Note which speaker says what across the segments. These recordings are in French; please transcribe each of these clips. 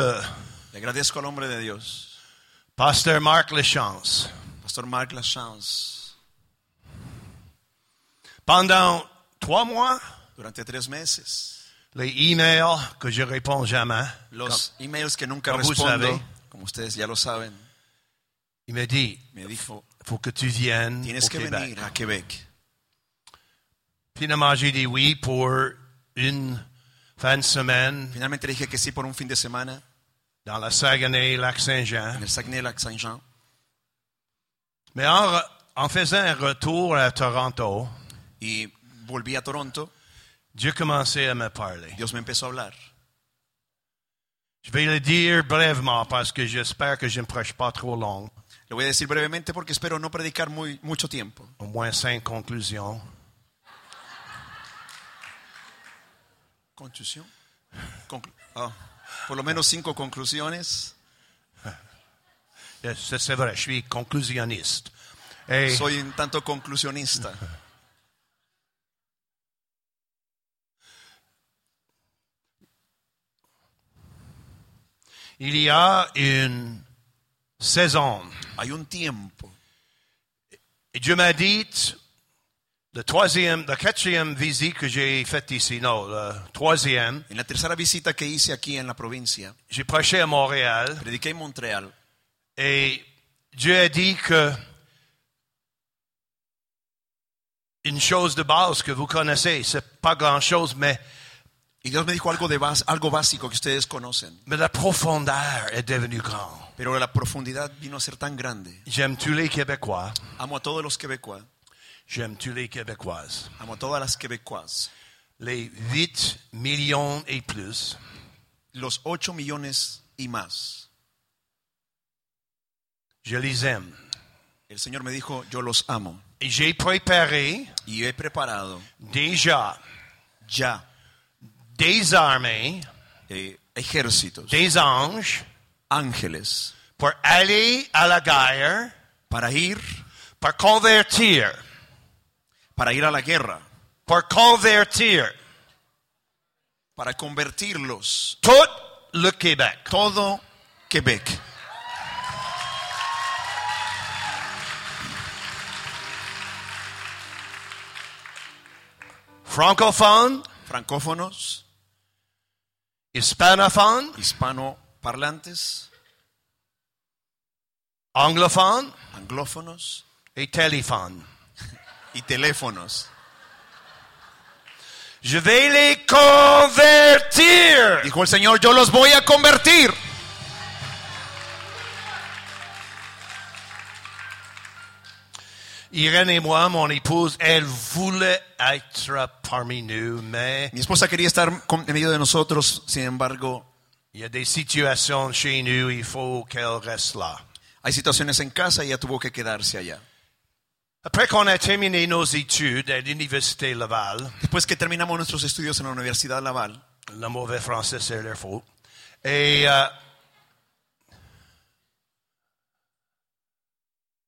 Speaker 1: Euh,
Speaker 2: Le agradezco al hombre de Dios,
Speaker 1: Pasteur Marc Lechance.
Speaker 2: Pastor Marc Lachance.
Speaker 1: Pendant trois mois,
Speaker 2: Durante tres meses,
Speaker 1: les emails que je réponds jamais,
Speaker 2: los emails que nunca
Speaker 1: como vous
Speaker 2: respondo,
Speaker 1: savez.
Speaker 2: como ustedes ya lo saben,
Speaker 1: il me dit,
Speaker 2: me dijo,
Speaker 1: faut que tu viennes au
Speaker 2: tienes que
Speaker 1: Québec.
Speaker 2: venir hein. a Quebec.
Speaker 1: Finalement, j'ai dit oui pour une fin de semaine
Speaker 2: Finalmente le dije que sí por un fin de semana
Speaker 1: dans la Saguenay, Lac-Saint-Jean.
Speaker 2: en el Saguenay-Lac-Saint-Jean.
Speaker 1: Mais en, re- en faisant un retour à Toronto,
Speaker 2: Y volví a Toronto,
Speaker 1: Dieu commençait à me parler.
Speaker 2: Dios me empezó a hablar.
Speaker 1: Je vais le dire brièvement parce que j'espère que je ne prêche pas trop long,
Speaker 2: Le voy a decir brevemente porque espero no predicar muy, mucho tiempo.
Speaker 1: au moins cinq conclusions.
Speaker 2: Conclusión. Conclu- ah, por lo menos cinco conclusiones.
Speaker 1: Euh, C'est c'est vrai, je suis conclusionniste. Et
Speaker 2: Soy un tanto conclusionista.
Speaker 1: il y a une saison.
Speaker 2: Hay un tiempo.
Speaker 1: Et Dieu m'a dit, le troisième, la quatrième visite que j'ai faite ici, non, le troisième,
Speaker 2: En la tercera visita que hice aquí en la provincia,
Speaker 1: j'ai prêché à Montréal.
Speaker 2: prediqué en Montreal
Speaker 1: Et Dieu a dit que une chose de base que vous connaissez, c'est pas grand-chose, mais,
Speaker 2: y Dios me dijo algo, de bas- algo básico que ustedes conocen,
Speaker 1: mais la profondeur est devenue grande.
Speaker 2: pero la profundidad vino a ser tan grande.
Speaker 1: J'aime tous les Québécois,
Speaker 2: Amo a todos los quebecuas,
Speaker 1: j'aime tous les Québécoises.
Speaker 2: amo a todas las quebecuas,
Speaker 1: Les 8 millions et plus,
Speaker 2: los 8 millones y más.
Speaker 1: je les aime.
Speaker 2: El Señor me dijo, yo los amo.
Speaker 1: Et j'ai préparé
Speaker 2: Y he preparado
Speaker 1: déjà
Speaker 2: ya
Speaker 1: des armées,
Speaker 2: eh, ejércitos,
Speaker 1: des anges,
Speaker 2: ángeles,
Speaker 1: pour aller à la guerre,
Speaker 2: para ir,
Speaker 1: pour convertir,
Speaker 2: para ir a la guerra,
Speaker 1: pour convertir
Speaker 2: para convertirlos.
Speaker 1: tout le Québec.
Speaker 2: Todo Quebec.
Speaker 1: Francophones,
Speaker 2: Francófonos,
Speaker 1: hispanophones,
Speaker 2: hispanoparlantes,
Speaker 1: anglophones
Speaker 2: anglófonos
Speaker 1: et téléphones.
Speaker 2: y teléfonos.
Speaker 1: Je vais les convertir.
Speaker 2: Dijo el Señor, yo los voy a convertir.
Speaker 1: Irène et moi, mon épouse, elle voulait être parmi nous, mais
Speaker 2: Mi esposa quería estar con- en medio de nosotros, sin embargo,
Speaker 1: il y a des situations chez nous, il faut qu'elle reste là.
Speaker 2: hay situaciones en casa y ella tuvo que quedarse allá.
Speaker 1: Après qu'on a terminé nos études à l'Université Laval,
Speaker 2: Después que terminamos nuestros estudios en la Universidad Laval,
Speaker 1: le mauvais français, c'est leur faute, et euh,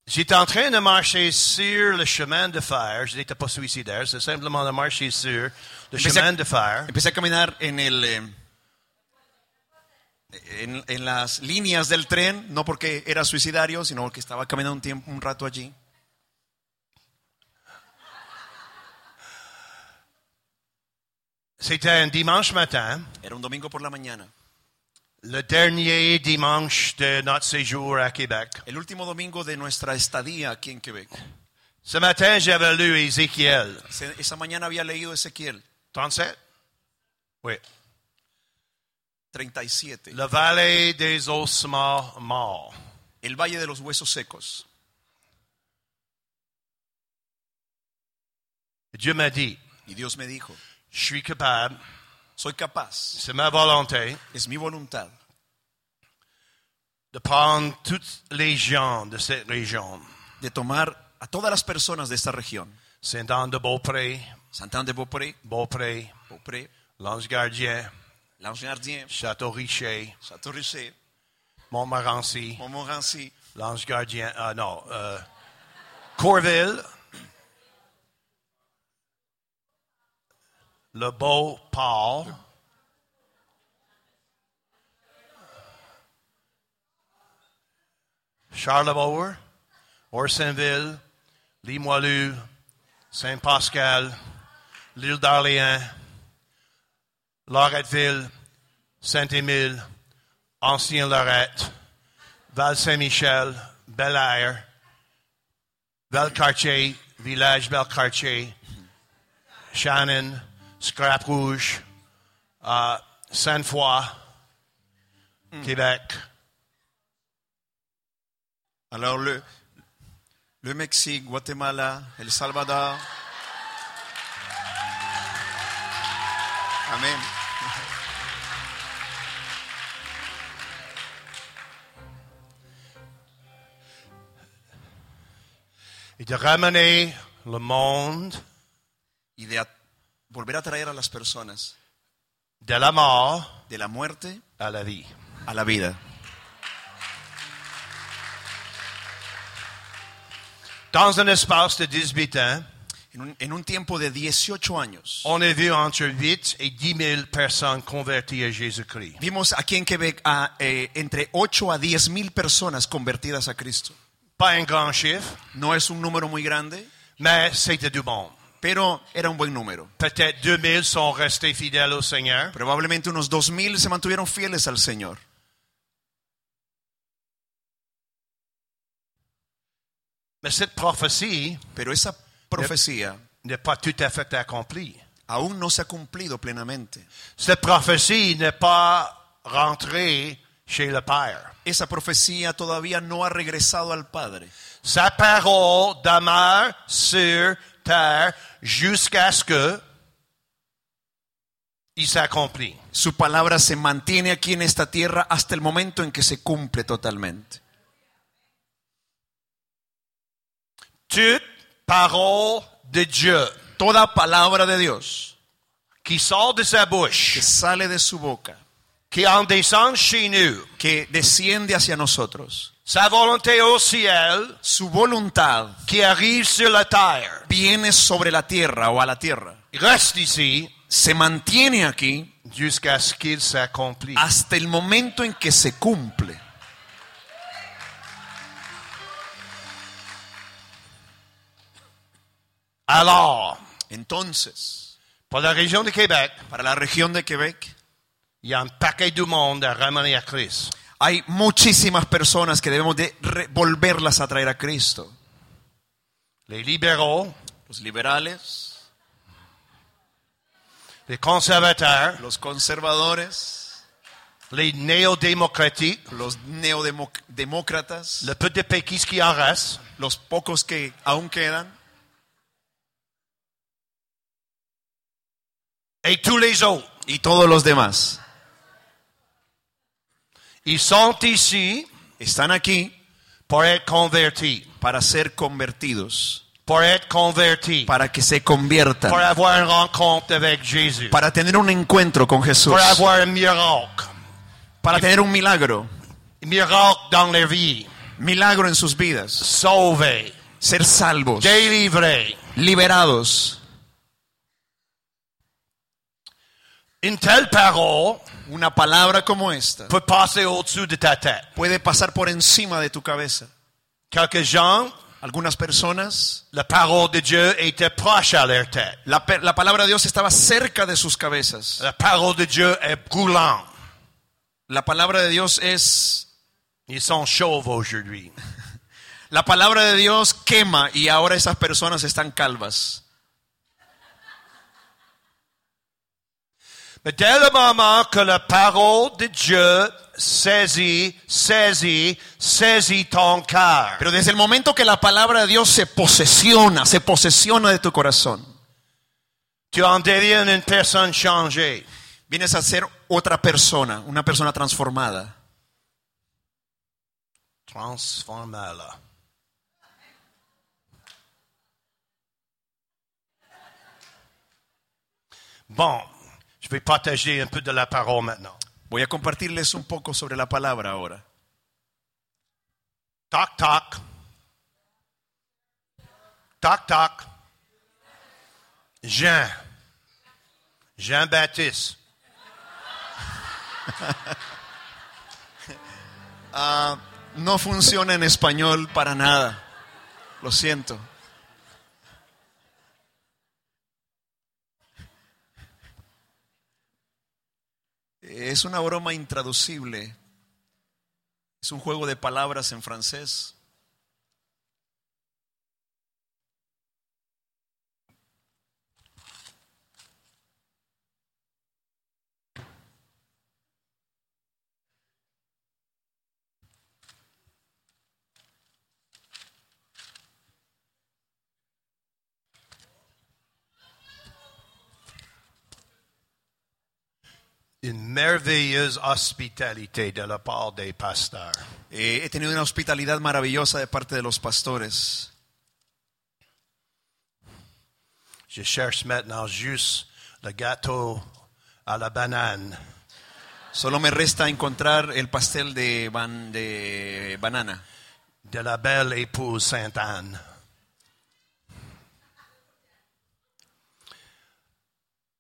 Speaker 1: j'étais en train de marcher sur le chemin de fer. Je n'étais pas suicidaire, c'est simplement de marcher sur le
Speaker 2: c'est-
Speaker 1: chemin de fer.
Speaker 2: empecé a caminar en el... eh, En, en las líneas del tren, no porque era suicidario, sino porque estaba caminando un tiempo, un rato allí.
Speaker 1: C'était un dimanche matin,
Speaker 2: Era un domingo por la mañana,
Speaker 1: le dernier dimanche de notre séjour à Québec.
Speaker 2: el último domingo de nuestra estadía aquí en Quebec.
Speaker 1: Ce matin, j'avais lu Ézéchiel
Speaker 2: Se- Esa mañana había leído Ezequiel
Speaker 1: 37. Oui.
Speaker 2: 37,
Speaker 1: Le vallée des ossements morts.
Speaker 2: el valle de los huesos secos.
Speaker 1: Dieu m'a dit,
Speaker 2: Y Dios me dijo,
Speaker 1: je suis capable,
Speaker 2: soy capaz,
Speaker 1: c'est ma volonté,
Speaker 2: es mi voluntad,
Speaker 1: de prendre toutes les gens de cette région.
Speaker 2: de tomar a todas las personas de esta región,
Speaker 1: Saint-Anne de Beaupré,
Speaker 2: Santana de Beaupré,
Speaker 1: Beaupré,
Speaker 2: Beaupré,
Speaker 1: L'Ange Gardien,
Speaker 2: Langenardien,
Speaker 1: Château-Richer,
Speaker 2: Saint-Richet,
Speaker 1: Montmorency,
Speaker 2: Montmorency,
Speaker 1: L'Ange Gardien, ah non, euh, Courville, Le Beau-Port, Charlemagne, Orsonville, Limoilou, Saint-Pascal, l'île d'Orléans, Loretteville, Saint-Émile, Ancien-Lorette, Val-Saint-Michel, Bel-Air, Belcartier, Village Belcartier, Shannon, Scrap Rouge, euh, Sainte-Foy, Québec.
Speaker 2: Alors le, le Mexique, Guatemala, El Salvador. Amén.
Speaker 1: et de ramener le monde
Speaker 2: Y de a- volver a traer a las personas
Speaker 1: de la mort
Speaker 2: de la muerte
Speaker 1: à la vie.
Speaker 2: a la vida.
Speaker 1: Dans un espace de 18 ans,
Speaker 2: En un, en un tiempo de 18 años.
Speaker 1: on a vu entre 8 et 10 000 personnes converties à Jésus-Christ.
Speaker 2: Vimos aquí en Quebec a, eh, entre 8 a 10 mil personas convertidas a Cristo.
Speaker 1: Pas un grand chiffre,
Speaker 2: No es un número muy grande,
Speaker 1: mais c'était du bon.
Speaker 2: pero era un buen número.
Speaker 1: Peut-être 2 000 sont restés fidèles au Seigneur.
Speaker 2: Probablemente unos 2 mil se mantuvieron fieles al Señor.
Speaker 1: Mais cette prophétie
Speaker 2: Pero esa profecía
Speaker 1: n'est pas tout à fait accomplie.
Speaker 2: aún no se ha cumplido plenamente.
Speaker 1: Cette prophétie n'est pas rentrée chez le Père.
Speaker 2: Esa profecía todavía no ha regresado al Padre.
Speaker 1: Sa parole demeure sur terre jusqu'à ce que il s'accomplit.
Speaker 2: Su palabra se mantiene aquí en esta tierra hasta el momento en que se cumple totalmente.
Speaker 1: Toute parole de Dieu
Speaker 2: Toda palabra de Dios
Speaker 1: qui sort de sa bouche,
Speaker 2: que sale de su boca,
Speaker 1: qui en descend chez nous,
Speaker 2: que desciende hacia nosotros,
Speaker 1: sa volonté au ciel,
Speaker 2: su voluntad
Speaker 1: qui arrive sur la terre,
Speaker 2: viene sobre la tierra o a la tierra,
Speaker 1: reste ici
Speaker 2: se mantiene aquí
Speaker 1: jusqu'à ce qu'il s'accomplisse.
Speaker 2: hasta el momento en que se cumple.
Speaker 1: Alors,
Speaker 2: Entonces,
Speaker 1: pour la région de Québec,
Speaker 2: para la región de Quebec,
Speaker 1: il y a un paquet du monde à ramener à Christ.
Speaker 2: hay muchísimas personas que debemos de re- volverlas a traer a Cristo.
Speaker 1: Les libéraux,
Speaker 2: Los liberales,
Speaker 1: les conservateurs,
Speaker 2: los conservadores,
Speaker 1: les néo-démocratiques,
Speaker 2: los neodemócratas,
Speaker 1: le peu de péquistes qui en restent,
Speaker 2: los pocos que aún quedan
Speaker 1: et tous les autres.
Speaker 2: y todos los demás.
Speaker 1: Ils sont ici
Speaker 2: Están aquí
Speaker 1: pour être convertis,
Speaker 2: para ser convertidos,
Speaker 1: pour être convertis,
Speaker 2: para que se conviertan,
Speaker 1: pour avoir une rencontre avec Jésus,
Speaker 2: para tener un encuentro con Jesús,
Speaker 1: pour avoir un miracle,
Speaker 2: para tener un milagro,
Speaker 1: un miracle dans leur vie,
Speaker 2: milagro en sus vidas,
Speaker 1: sauvés,
Speaker 2: ser salvos,
Speaker 1: délivrés.
Speaker 2: liberados.
Speaker 1: Une telle parole
Speaker 2: Una palabra como esta
Speaker 1: peut passer au-dessus de ta tête.
Speaker 2: puede pasar por encima de tu cabeza.
Speaker 1: Quelques gens,
Speaker 2: Algunas personas,
Speaker 1: la parole de Dieu était proche à leur tête.
Speaker 2: la, pe- la palabra de Dios estaba cerca de sus cabezas.
Speaker 1: La parole de Dieu est brûlante.
Speaker 2: La palabra de Dios es,
Speaker 1: Ils sont chauves aujourd'hui.
Speaker 2: la palabra de Dios quema y ahora esas personas están calvas.
Speaker 1: Mais dès le moment que la parole de Dieu saisit, saisit, saisit ton cœur,
Speaker 2: Pero desde el momento que la palabra de Dios se posesiona, se posesiona de tu corazón,
Speaker 1: tu en deviens une personne changée.
Speaker 2: vienes a ser otra persona, una persona transformada.
Speaker 1: Transforme-la. Bon, je vais partager un peu de la parole maintenant.
Speaker 2: Voy a compartirles un poco sobre la palabra ahora.
Speaker 1: Toc, toc. Toc, toc. Jean. Jean-Baptiste.
Speaker 2: no funciona en español para nada. Lo siento. Es una broma intraducible. Es un juego de palabras en francés.
Speaker 1: Une merveilleuse hospitalité de la part des pasteurs.
Speaker 2: Eh, he tenido una hospitalidad maravillosa de parte de los pastores.
Speaker 1: Je cherche maintenant juste le gâteau à la banane.
Speaker 2: Solo me resta encontrar el pastel de, ban- de banana
Speaker 1: de la belle épouse Sainte Anne.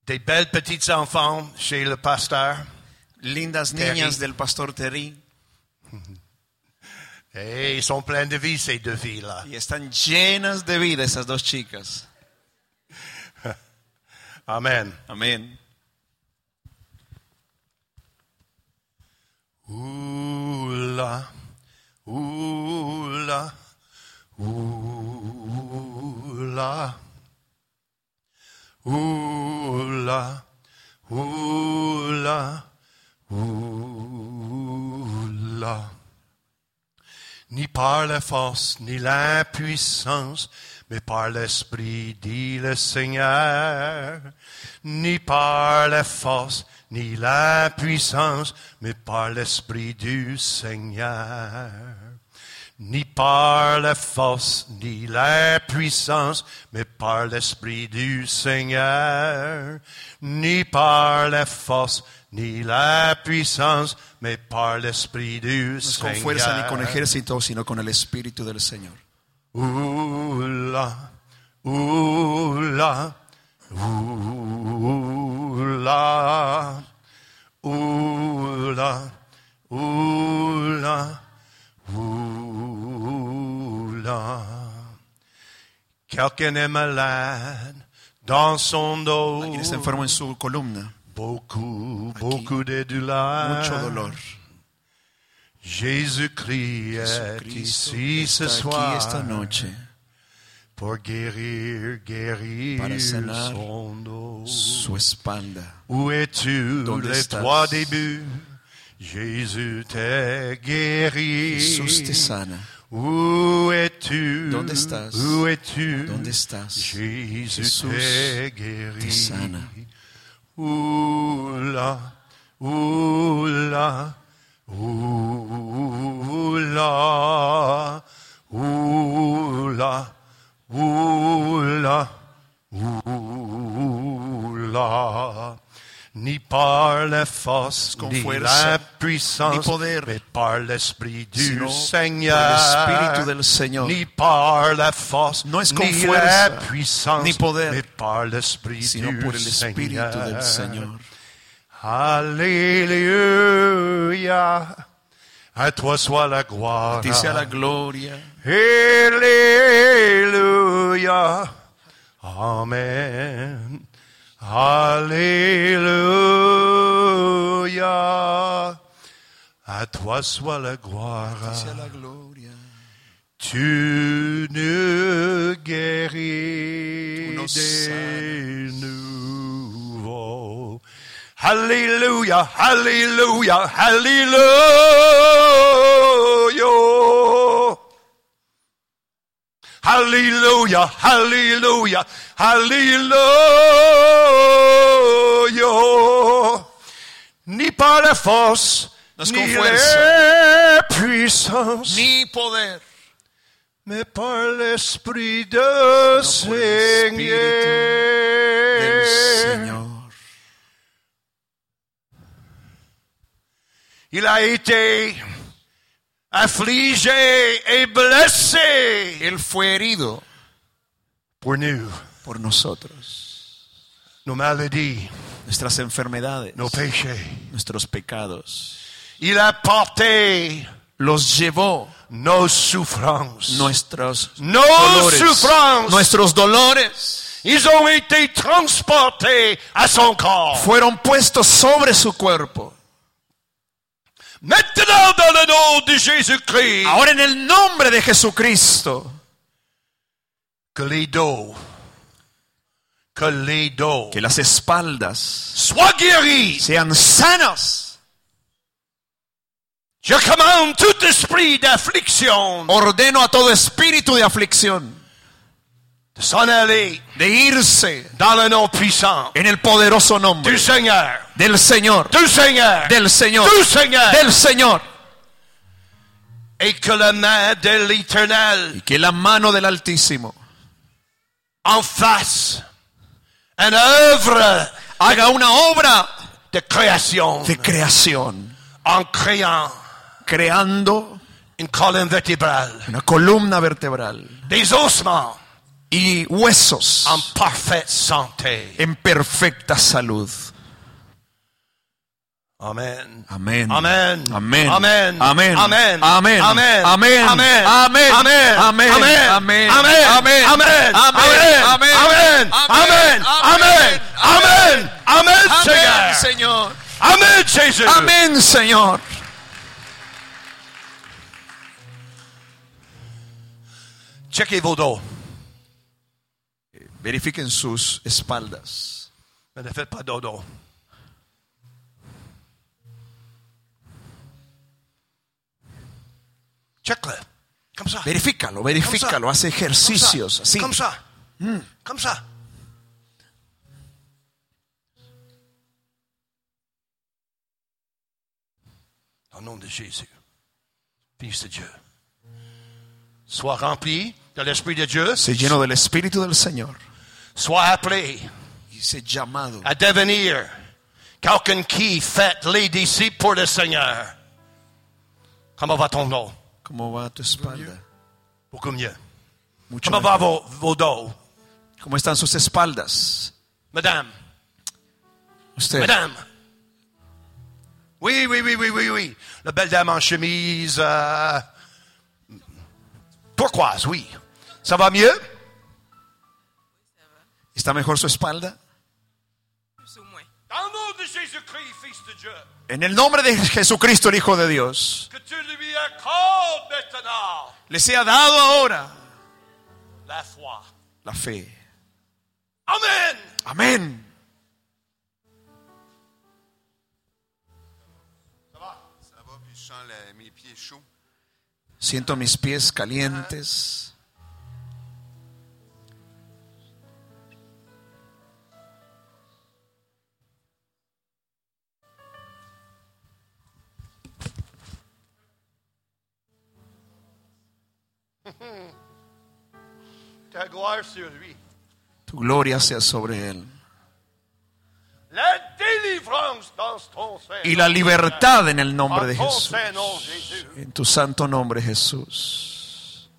Speaker 1: Des belles petites enfants chez le pasteur.
Speaker 2: lindas
Speaker 1: Terry.
Speaker 2: niñas del pastor Terry
Speaker 1: Et ils sont pleins de vie, ces deux filles-là.
Speaker 2: y están llenas de vida esas dos chicas.
Speaker 1: Amen.
Speaker 2: Amén.
Speaker 1: Oula, oula, oula, oula, oula, oula. Ni par la force, ni l'impuissance, mais par l'esprit, dit le Seigneur. Ni par la force, ni l'impuissance, mais par l'esprit du Seigneur ni par la force, ni la puissance, mais par l'Esprit du Seigneur. Ni par la force, ni la puissance, mais par l'Esprit du
Speaker 2: No es con fuerza ni
Speaker 1: Seigneur.
Speaker 2: con ejército, sino con el Espíritu del Señor.
Speaker 1: Oula, oula, oula, oula, oula, oula. Quelqu'un est malade dans son dos.
Speaker 2: Alguien está enfermo en su columna.
Speaker 1: Beaucoup, beaucoup de douleurs.
Speaker 2: Mucho dolor.
Speaker 1: Jésus-Christ est
Speaker 2: Cristo
Speaker 1: ici ce
Speaker 2: está
Speaker 1: soir.
Speaker 2: aquí esta noche
Speaker 1: pour guérir, guérir
Speaker 2: Para sanar
Speaker 1: son dos.
Speaker 2: su espalda.
Speaker 1: Où es-tu,
Speaker 2: Donde
Speaker 1: les
Speaker 2: estás?
Speaker 1: trois débuts? Jésus t'a guéri.
Speaker 2: Jesús te sana.
Speaker 1: Où es-tu?
Speaker 2: Donde estás?
Speaker 1: Où es-tu?
Speaker 2: Donde estás?
Speaker 1: Jésus
Speaker 2: Jesús
Speaker 1: t'a guéri.
Speaker 2: te sana.
Speaker 1: Oula, oula, oula, oula, oula, oula. Ni par la force,
Speaker 2: Con
Speaker 1: ni
Speaker 2: fuerza,
Speaker 1: la puissance,
Speaker 2: ni poder,
Speaker 1: mais par l'esprit du
Speaker 2: sino por el
Speaker 1: Seigneur.
Speaker 2: Espíritu del Señor.
Speaker 1: Ni par la force,
Speaker 2: No es con
Speaker 1: ni
Speaker 2: fuerza,
Speaker 1: la puissance,
Speaker 2: ni poder,
Speaker 1: mais par l'esprit
Speaker 2: sino
Speaker 1: du
Speaker 2: por el Espíritu
Speaker 1: Seigneur.
Speaker 2: del Señor.
Speaker 1: Alléluia. À toi soit la gloire.
Speaker 2: Dice a la gloria.
Speaker 1: Alléluia. Amen. Alléluia. À toi soit la gloire.
Speaker 2: Dice a la gloria.
Speaker 1: Tu nous guéris
Speaker 2: Unos
Speaker 1: de nouveau. Alléluia, Alléluia, Alléluia. Alléluia, Alléluia, Alléluia. Ni par la force,
Speaker 2: No es con
Speaker 1: ni la
Speaker 2: fuerza.
Speaker 1: puissance.
Speaker 2: Ni poder.
Speaker 1: Mais par l'Esprit de
Speaker 2: por el Del
Speaker 1: Seigneur,
Speaker 2: Señor.
Speaker 1: il a été affligé et blessé
Speaker 2: Él fue herido
Speaker 1: pour nous,
Speaker 2: por nosotros.
Speaker 1: nos maladies,
Speaker 2: Nuestras enfermedades.
Speaker 1: nos péchés.
Speaker 2: Nuestros pecados.
Speaker 1: Il a porté
Speaker 2: los llevó
Speaker 1: nos souffrances.
Speaker 2: nuestros
Speaker 1: Nos
Speaker 2: dolores,
Speaker 1: souffrances.
Speaker 2: nuestros dolores
Speaker 1: Ils ont été transportés à son corps.
Speaker 2: fueron puestos sobre su cuerpo.
Speaker 1: Maintenant, dans le nom de Jésus-Christ,
Speaker 2: Ahora en el nombre de Jesucristo,
Speaker 1: que les dos, que les dos
Speaker 2: que las espaldas
Speaker 1: soient guéris.
Speaker 2: sean sanas.
Speaker 1: Je commande tout esprit d'affliction
Speaker 2: Ordeno a todo espíritu de aflicción
Speaker 1: de s'en aller
Speaker 2: de irse
Speaker 1: dans le nom puissant
Speaker 2: en el poderoso
Speaker 1: du
Speaker 2: nombre
Speaker 1: Seigneur,
Speaker 2: del Señor,
Speaker 1: du Seigneur,
Speaker 2: del Señor,
Speaker 1: du Seigneur,
Speaker 2: del Señor.
Speaker 1: et que la main de l'Éternel
Speaker 2: Y que la mano del Altísimo
Speaker 1: en fasse une œuvre
Speaker 2: haga una obra
Speaker 1: de création
Speaker 2: de creación,
Speaker 1: en créant
Speaker 2: creando
Speaker 1: une colonne vertébrale,
Speaker 2: una columna vertebral
Speaker 1: des ossements
Speaker 2: y huesos
Speaker 1: en parfaite santé.
Speaker 2: en perfecta salud.
Speaker 1: Amen.
Speaker 2: Amén.
Speaker 1: Amen.
Speaker 2: Amén.
Speaker 1: Amen.
Speaker 2: Amén.
Speaker 1: Amén. Amén.
Speaker 2: Amén. Amén.
Speaker 1: Amén.
Speaker 2: Amén.
Speaker 1: Amén. Amén.
Speaker 2: Amén. Amén.
Speaker 1: Amén. Amén.
Speaker 2: Amén. Amén.
Speaker 1: Amén.
Speaker 2: Amén.
Speaker 1: Amén.
Speaker 2: Amén.
Speaker 1: Amén. Amén. Amén, Seigneur.
Speaker 2: Amén, Señor.
Speaker 1: Amén, Jésus.
Speaker 2: Amén, Señor.
Speaker 1: Checkez vos dos.
Speaker 2: Verifiquen sus espaldas.
Speaker 1: Mais ne faites pas dodo. Check-le. Comme ça.
Speaker 2: Verifícalo, verifícalo. Hace
Speaker 1: Comme ça.
Speaker 2: ejercicios así.
Speaker 1: Comme ça. Comme ça. Au nom de Jésus, Fils de Dieu, sois rempli de l'Esprit de Dieu,
Speaker 2: Se lleno del Espíritu del Señor.
Speaker 1: sois appelé
Speaker 2: Y se llamado
Speaker 1: à devenir quelqu'un qui fait les disciples pour le Seigneur. Comment va ton dos?
Speaker 2: ¿Cómo va tu espalda?
Speaker 1: Beaucoup mieux.
Speaker 2: Mucho
Speaker 1: Comment
Speaker 2: mejor.
Speaker 1: va vos, vos dos?
Speaker 2: ¿Cómo están sus espaldas?
Speaker 1: Madame,
Speaker 2: Usted.
Speaker 1: Madame. Oui, oui, oui, oui, oui, oui. La belle dame en chemise. Euh, turquoise, oui. Ça va mieux?
Speaker 2: ¿Está mejor su espalda?
Speaker 3: Plus ou moins.
Speaker 1: Dans le nom de Jésus-Christ, Fils de Dieu,
Speaker 2: En el nombre de Jesucristo, el Hijo de Dios,
Speaker 1: que tu lui accordes maintenant
Speaker 2: le sea dado ahora
Speaker 1: la foi.
Speaker 2: la fe.
Speaker 1: Amen.
Speaker 2: Amén.
Speaker 4: Ça va, puis je sens la- mes pieds chauds.
Speaker 2: Siento mis pies calientes.
Speaker 1: Ta gloire sur lui.
Speaker 2: Tu gloria sea sobre él.
Speaker 1: La délivrance dans ton sein.
Speaker 2: Y la libertad en el nombre de
Speaker 1: En ton
Speaker 2: Jesús.
Speaker 1: sein, nom de Jésus.
Speaker 2: En tu santo nombre, Jesús.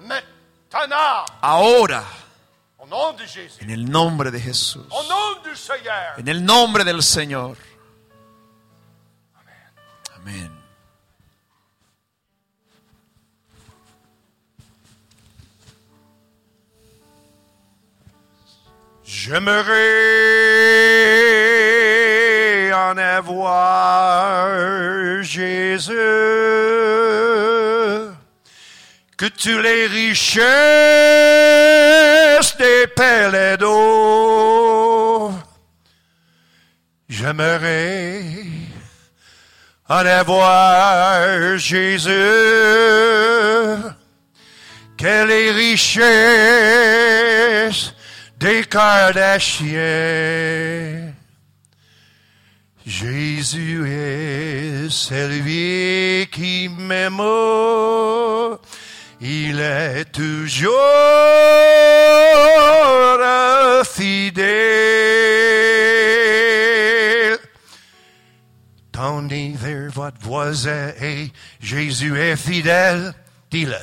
Speaker 1: Maintenant,
Speaker 2: Ahora,
Speaker 1: au nom de Jésus,
Speaker 2: en el nombre de Jesús.
Speaker 1: au nom du Seigneur,
Speaker 2: En el nombre del Señor. Amén.
Speaker 1: J'aimerais en avoir, Jésus, que tu les richesses des pelles d'eau. J'aimerais en avoir, Jésus, que les richesses des Kardashiens. Jésus est celui qui m'aime. Il est toujours fidèle. Tendez vers votre voisin et Jésus est fidèle. Dis-le.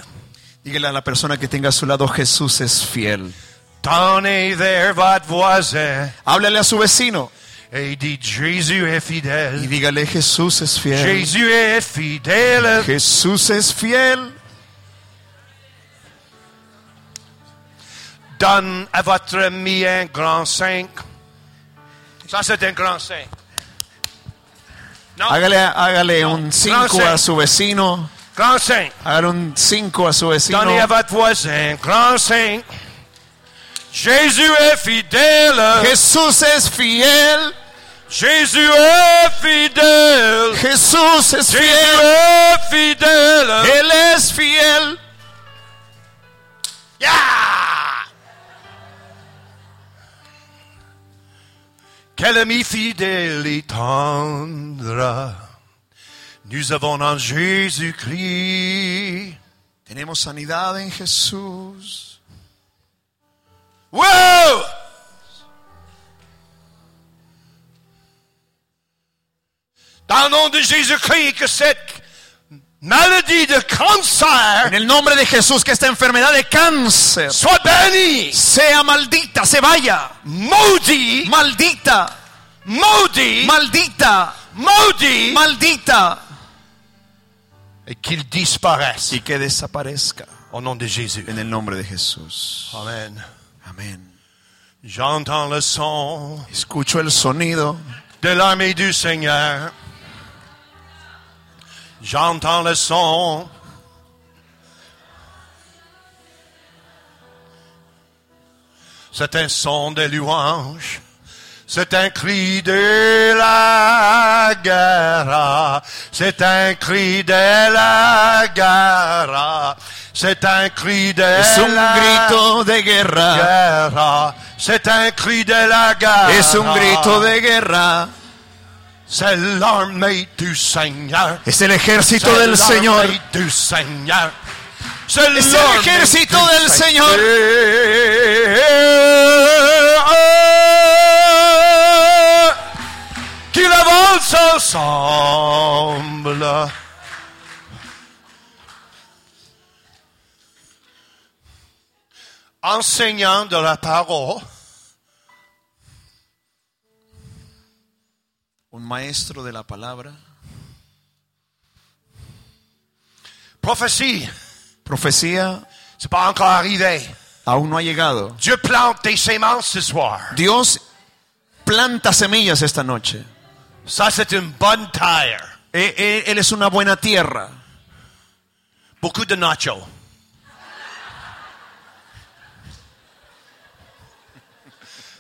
Speaker 2: Dígale a la persona que tenga a su lado, Jesús es fiel.
Speaker 1: Tendez vers votre voisin
Speaker 2: Háblale a su vecino.
Speaker 1: Et il dit, Jésus est
Speaker 2: Y
Speaker 1: fidèle.
Speaker 2: dígale, Jesús es fiel.
Speaker 1: Jésus est fidèle.
Speaker 2: Jesús es fiel.
Speaker 1: Donne à votre ami un grand 5. Ça, c'est un grand 5. Non,
Speaker 2: Hágale, hágale un 5 a su vecino.
Speaker 1: grand 5.
Speaker 2: Hágale un 5 a su vecino.
Speaker 1: Donnez à votre voisin un grand 5. Jésus est fidèle.
Speaker 2: Jesús es fiel.
Speaker 1: Jésus est fidèle.
Speaker 2: Jesús es
Speaker 1: Jésus
Speaker 2: fiel.
Speaker 1: est fidèle.
Speaker 2: Él es fiel.
Speaker 1: Quel ami fidèle et tendre, nous avons en Jésus-Christ.
Speaker 2: Tenemos sanidad en Jesús.
Speaker 1: Wow! Dans le nom de Jésus-Christ, que cette maladie de cancer
Speaker 2: En el nombre de Jesús, que esta enfermedad de cáncer
Speaker 1: soit bannie,
Speaker 2: sea maldita, se vaya.
Speaker 1: maudite,
Speaker 2: Maldita,
Speaker 1: maudite,
Speaker 2: maldita,
Speaker 1: maudite,
Speaker 2: maldita.
Speaker 1: et qu'il disparaisse.
Speaker 2: Y que desaparezca.
Speaker 1: Au nom de Jésus.
Speaker 2: En el nombre de Jesús.
Speaker 1: Amen.
Speaker 2: Amén.
Speaker 1: J'entends le son
Speaker 2: Escucho el sonido.
Speaker 1: de l'armée du Seigneur. J'entends le son. C'est un son de louange. C'est un cri de la guerre. C'est un cri de la guerre. C'est un cri de
Speaker 2: Es un
Speaker 1: la
Speaker 2: grito de guerra.
Speaker 1: guerre. C'est un cri de la guerre.
Speaker 2: Es un grito de guerra.
Speaker 1: C'est l'armée du Seigneur.
Speaker 2: Es el
Speaker 1: C'est
Speaker 2: ejército
Speaker 1: l'armée
Speaker 2: del Señor.
Speaker 1: du Seigneur. C'est
Speaker 2: Es
Speaker 1: l'armée
Speaker 2: el ejército
Speaker 1: du
Speaker 2: del Señor.
Speaker 1: Seigneur. Qu'il avance ensemble. Enseignant de la parole,
Speaker 2: Un maestro de la palabra.
Speaker 1: prophétie,
Speaker 2: Profecía
Speaker 1: c'est pas encore arrivé.
Speaker 2: aún no ha llegado.
Speaker 1: Dieu plante des semences ce soir.
Speaker 2: Dios planta semillas esta noche.
Speaker 1: Ça, c'est une bonne tire.
Speaker 2: Eh, eh, Él es una buena tierra.
Speaker 1: Beaucoup de nachos.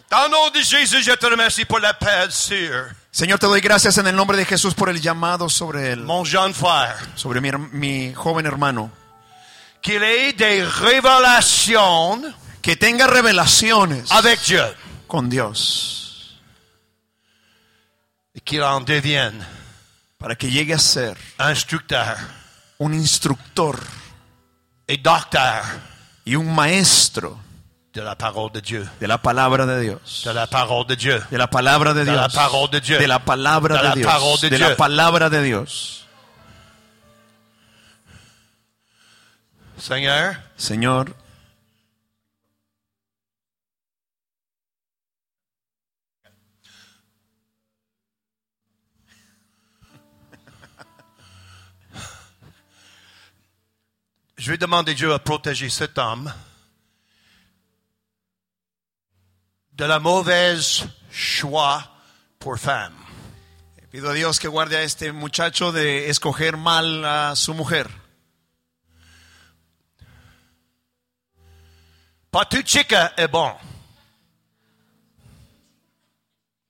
Speaker 1: Dans le nom de Jésus, je te remercie pour la paix sur
Speaker 2: Señor, te doy gracias en el nombre de Jesús por el llamado sobre él,
Speaker 1: mon jeune frère.
Speaker 2: sobre mi, her- mi joven hermano.
Speaker 1: Qu'il ait des révélations
Speaker 2: Que tenga revelaciones
Speaker 1: avec Dieu.
Speaker 2: con Dios
Speaker 1: Et qu'il en devienne
Speaker 2: para que llegue a ser
Speaker 1: instructeur
Speaker 2: un instructor
Speaker 1: et docteur
Speaker 2: y un maestro
Speaker 1: de la parole de Dieu.
Speaker 2: de la palabra de Dios.
Speaker 1: De la parole de Dieu.
Speaker 2: De la palabra de
Speaker 1: De
Speaker 2: Dios.
Speaker 1: la parole de Dieu.
Speaker 2: De la palabra
Speaker 1: De
Speaker 2: de,
Speaker 1: la
Speaker 2: Dios.
Speaker 1: parole de
Speaker 2: de
Speaker 1: Dieu.
Speaker 2: la palabra de Dios.
Speaker 1: Seigneur,
Speaker 2: Señor,
Speaker 1: je vais demander Dieu à protéger cet homme de la mauvaise choix pour femme.
Speaker 2: pido a Dios que guarde a este muchacho de escoger mal a su mujer.
Speaker 1: Pas tout chica est bon.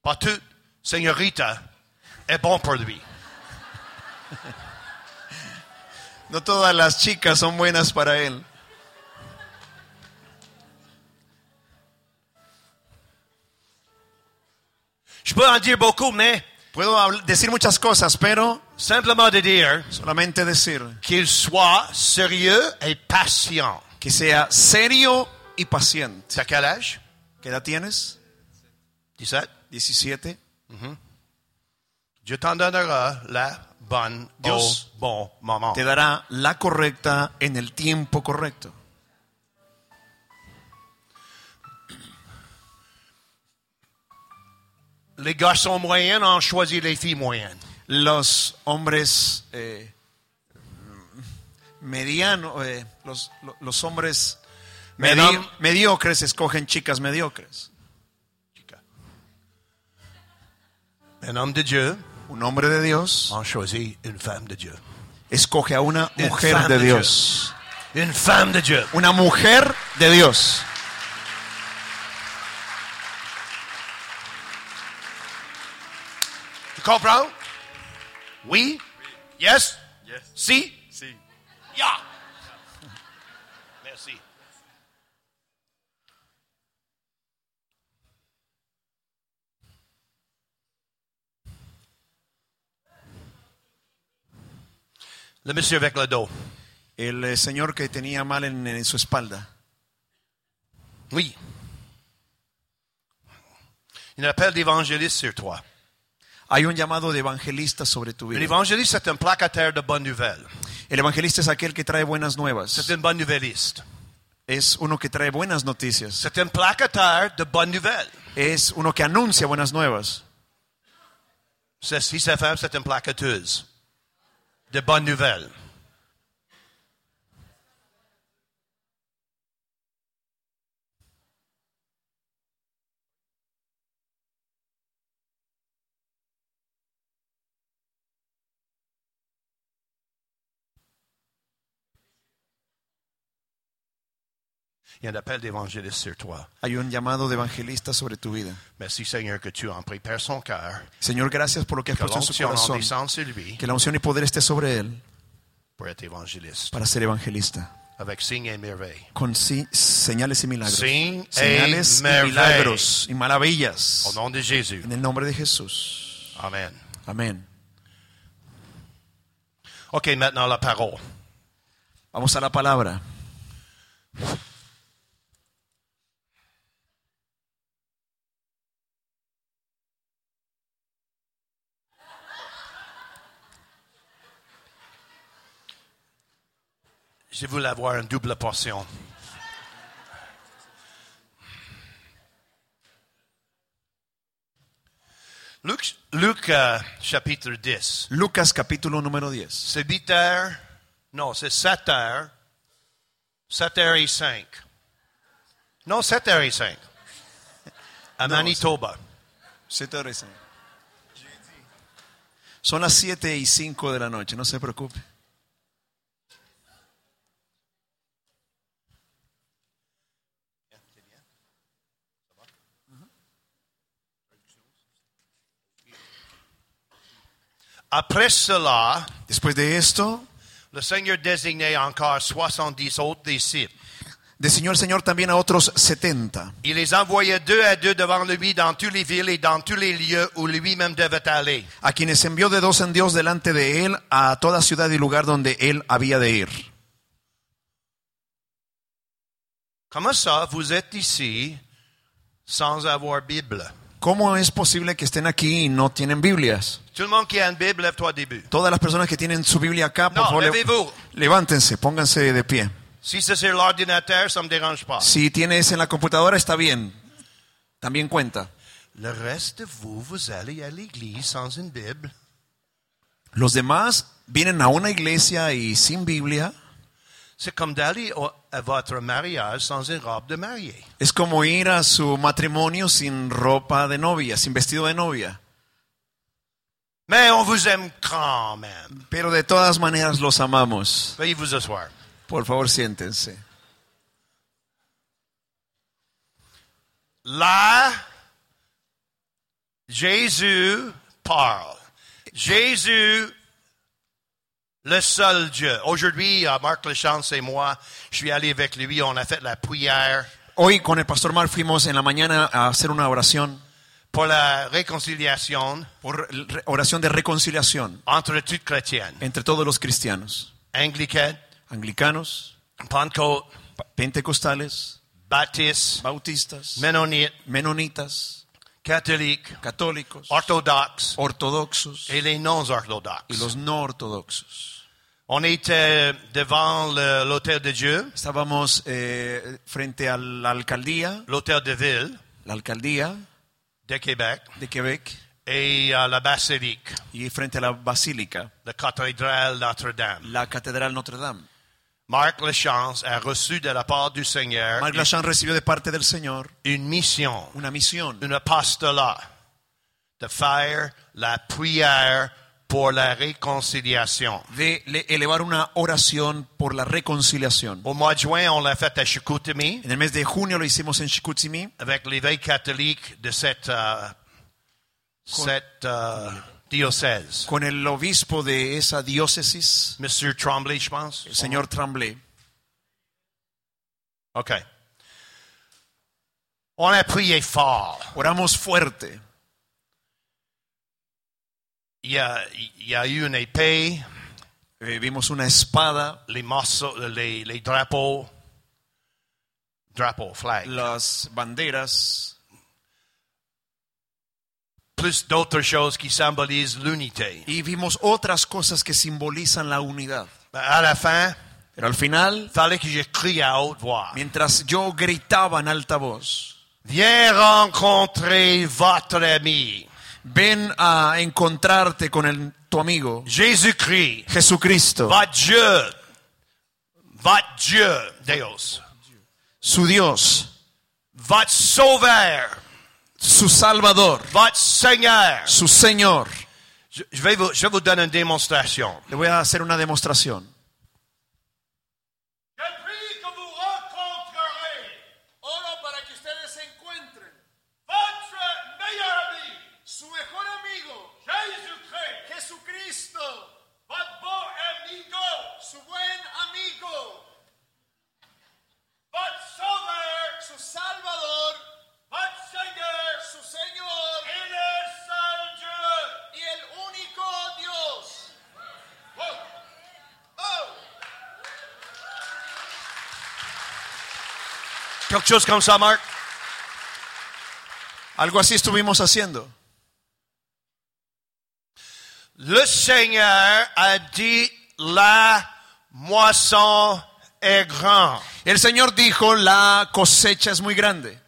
Speaker 1: Pas tout señorita est bon pour lui.
Speaker 2: No todas las chicas son buenas para él.
Speaker 1: Je peux en dire beaucoup, mais
Speaker 2: Puedo habl- decir muchas cosas, pero
Speaker 1: simplement de dire
Speaker 2: solamente decir
Speaker 1: qu'il soit sérieux et patient.
Speaker 2: que sea serio y paciente.
Speaker 1: T'as quel âge?
Speaker 2: ¿Qué edad tienes?
Speaker 1: 17?
Speaker 2: 17.
Speaker 1: Dieu t'en donnera la bonne
Speaker 2: Dios
Speaker 1: au bon moment.
Speaker 2: Te dará la correcta en el tiempo correcto.
Speaker 1: les garçons moyens ont choisi les filles moyennes.
Speaker 2: Los hombres eh, medianos, los, lo- los hombres medi-
Speaker 1: Madame-
Speaker 2: mediocres escogen chicas mediocres.
Speaker 1: Un homme de Dieu
Speaker 2: Un hombre de Dios
Speaker 1: a choisi une femme de Dieu.
Speaker 2: escoge a una
Speaker 1: Une
Speaker 2: mujer
Speaker 1: femme
Speaker 2: de
Speaker 1: de
Speaker 2: Dios.
Speaker 1: Une femme de Dieu.
Speaker 2: Una mujer de Dios.
Speaker 1: Tu comprends? Oui? Yes?
Speaker 4: Yes.
Speaker 1: Si?
Speaker 4: Si.
Speaker 1: Yeah. Merci. Le monsieur avec le dos.
Speaker 2: El eh, señor que tenía mal en- en su espalda.
Speaker 1: Oui. Il y a un appel d'évangéliste sur toi.
Speaker 2: Hay un llamado de evangelista sobre tu vida.
Speaker 1: L'évangéliste, c'est un placataire de bonnes nouvelles.
Speaker 2: El evangelista es aquel que trae buenas nuevas.
Speaker 1: C'est un bonne nouvelliste.
Speaker 2: Es uno que trae buenas noticias.
Speaker 1: C'est un placataire de bonnes nouvelles.
Speaker 2: Es uno que anuncia buenas nuevas.
Speaker 1: C'est- Si sa femme, c'est une placateuse de bonnes nouvelles. Il y a un appel d'évangéliste sur toi.
Speaker 2: Hay un llamado de evangelista sobre tu vida.
Speaker 1: Merci Seigneur que tu en prépares son cœur,
Speaker 2: Señor, gracias por lo que has
Speaker 1: que
Speaker 2: puesto en su
Speaker 1: l'onction en
Speaker 2: corazón.
Speaker 1: descende sur lui
Speaker 2: Que la unción y poder esté sobre él
Speaker 1: pour être évangéliste.
Speaker 2: para ser evangelista.
Speaker 1: avec signes et merveilles.
Speaker 2: Con sí- señales y milagros.
Speaker 1: Sin-
Speaker 2: señales y
Speaker 1: Amen.
Speaker 2: milagros y
Speaker 1: Au
Speaker 2: maravillas.
Speaker 1: nom de Jésus.
Speaker 2: En el nombre de Jesús.
Speaker 1: Amen.
Speaker 2: Amén.
Speaker 1: OK, maintenant la parole.
Speaker 2: Vamos a la palabra.
Speaker 1: Je voulais avoir une double portion. Luc, Luc euh, chapitre 10.
Speaker 2: Lucas capítulo número 10.
Speaker 1: C'est 8 heures. Non, c'est 7 heures. 7 heures et 5. Non, 7 heures et 5. À
Speaker 2: Non,
Speaker 1: Manitoba.
Speaker 2: Siete horas, señor. Son las 7 y 5 de la noche, no se preocupe.
Speaker 1: Après cela,
Speaker 2: Después de esto,
Speaker 1: le Seigneur désignait encore 70 autres disciples.
Speaker 2: diseñó el Señor también a otros 70.
Speaker 1: Il les envoyait deux à deux devant lui dans toutes les villes et dans tous les lieux où lui-même devait aller.
Speaker 2: a quienes envió de dos en Dios delante de él a toda ciudad y lugar donde él había de ir.
Speaker 1: Comment ça, vous êtes ici sans avoir Bible?
Speaker 2: ¿Cómo es posible que estén aquí y no tienen Biblias?
Speaker 1: Tout le monde qui a une Bible, lève-toi au début.
Speaker 2: Todas las personas que tienen su Biblia acá, por
Speaker 1: No,
Speaker 2: favor, le-
Speaker 1: levez-vous.
Speaker 2: levántense, pónganse de pie.
Speaker 1: Si c'est sur l'ordinateur, ça me dérange pas.
Speaker 2: Si tienes en la computadora, está bien. También cuenta.
Speaker 1: Le reste de vous, vous allez à l'église sans une Bible.
Speaker 2: Los demás vienen a una iglesia y sin Biblia.
Speaker 1: C'est comme d'aller au- à votre mariage sans une robe de mariée.
Speaker 2: Es como ir a su matrimonio sin ropa de novia, sin vestido de novia.
Speaker 1: Mais on vous aime quand même.
Speaker 2: Pero de todas maneras los amamos.
Speaker 1: Veuillez vous asseoir.
Speaker 2: Por favor, siéntense.
Speaker 1: Là, Jésus parle. Jésus, le seul Dieu. Aujourd'hui, euh, Marc Lechance et moi, je suis allé avec lui, on a fait la prière
Speaker 2: Hoy con el pastor Mark fuimos en la mañana a hacer una oración,
Speaker 1: pour la réconciliation
Speaker 2: por re- oración de reconciliación
Speaker 1: entre toutes chrétiennes.
Speaker 2: entre todos los cristianos,
Speaker 1: Anglicanes,
Speaker 2: anglicanos,
Speaker 1: Pentecôte,
Speaker 2: pa- pentecostales,
Speaker 1: baptistes,
Speaker 2: bautistas,
Speaker 1: ménonites,
Speaker 2: menonitas,
Speaker 1: catholiques,
Speaker 2: católicos,
Speaker 1: orthodoxes
Speaker 2: ortodoxos
Speaker 1: et les
Speaker 2: y
Speaker 1: non-orthodoxes.
Speaker 2: los no ortodoxos.
Speaker 1: On était devant le- l'hôtel de Dieu,
Speaker 2: Estábamos eh, frente a la alcaldía,
Speaker 1: l'hôtel de ville,
Speaker 2: la alcaldía
Speaker 1: de Québec
Speaker 2: de Québec
Speaker 1: et euh, la basilique,
Speaker 2: y frente a la basílica,
Speaker 1: la cathédrale Notre-Dame.
Speaker 2: la catedral Notre Dame.
Speaker 1: Marc Lechance a reçu de la part du Seigneur
Speaker 2: Marc Lachan recibió de parte del Señor
Speaker 1: une mission,
Speaker 2: una misión,
Speaker 1: un apostolat, de faire la prière pour la réconciliation.
Speaker 2: de le- elevar una oración por la reconciliación.
Speaker 1: Au mois de juin, on l'a fait à Chicoutimi
Speaker 2: En el mes de junio lo hicimos en Chicoutimi
Speaker 1: avec l'évêque catholique de cette, euh, cette euh, diocèse.
Speaker 2: con el obispo de esa diócesis,
Speaker 1: Monsieur Tremblay, je pense.
Speaker 2: el señor Tremblay.
Speaker 1: OK. On a prié fort.
Speaker 2: Oramos fuerte.
Speaker 1: Il y a, il y a eu une épée,
Speaker 2: Eh, vimos una espada,
Speaker 1: les morceaux, euh, les, les drapeaux, drapeaux, flag,
Speaker 2: las banderas
Speaker 1: plus d'autres choses qui symbolisent l'unité.
Speaker 2: y vimos otras cosas que simbolizan la unidad.
Speaker 1: À la fin,
Speaker 2: Pero al final,
Speaker 1: il fallait que je crie à haute voix.
Speaker 2: mientras yo gritaba en alta voz,
Speaker 1: Viens rencontrer votre ami,
Speaker 2: ven a encontrarte con el- tu amigo
Speaker 1: Jésus-Christ,
Speaker 2: Jesucristo,
Speaker 1: votre Dieu, votre Dieu, Deus,
Speaker 2: su Dios,
Speaker 1: votre Sauveur,
Speaker 2: su Salvador,
Speaker 1: votre Seigneur.
Speaker 2: su Señor.
Speaker 1: Je, je vais vous, je vous donne une démonstration.
Speaker 2: Le voy a hacer una demostración.
Speaker 5: Yo prie que vous rencontrerez. Oro para que ustedes se encuentren. Votre meilleur ami. Su mejor amigo. Jesucristo. Jesucristo. Votre bon amigo. Su buen amigo. Votre sauveur. Su salvador. Votre seigneur. Su señor. El seul Dieu. Y el único Dios. Oh. Oh.
Speaker 1: Quelque chose comme ça, Marc?
Speaker 2: Algo así estuvimos haciendo.
Speaker 1: Le Seigneur a dit, la moisson est grande.
Speaker 2: El Señor dijo, la cosecha es muy grande.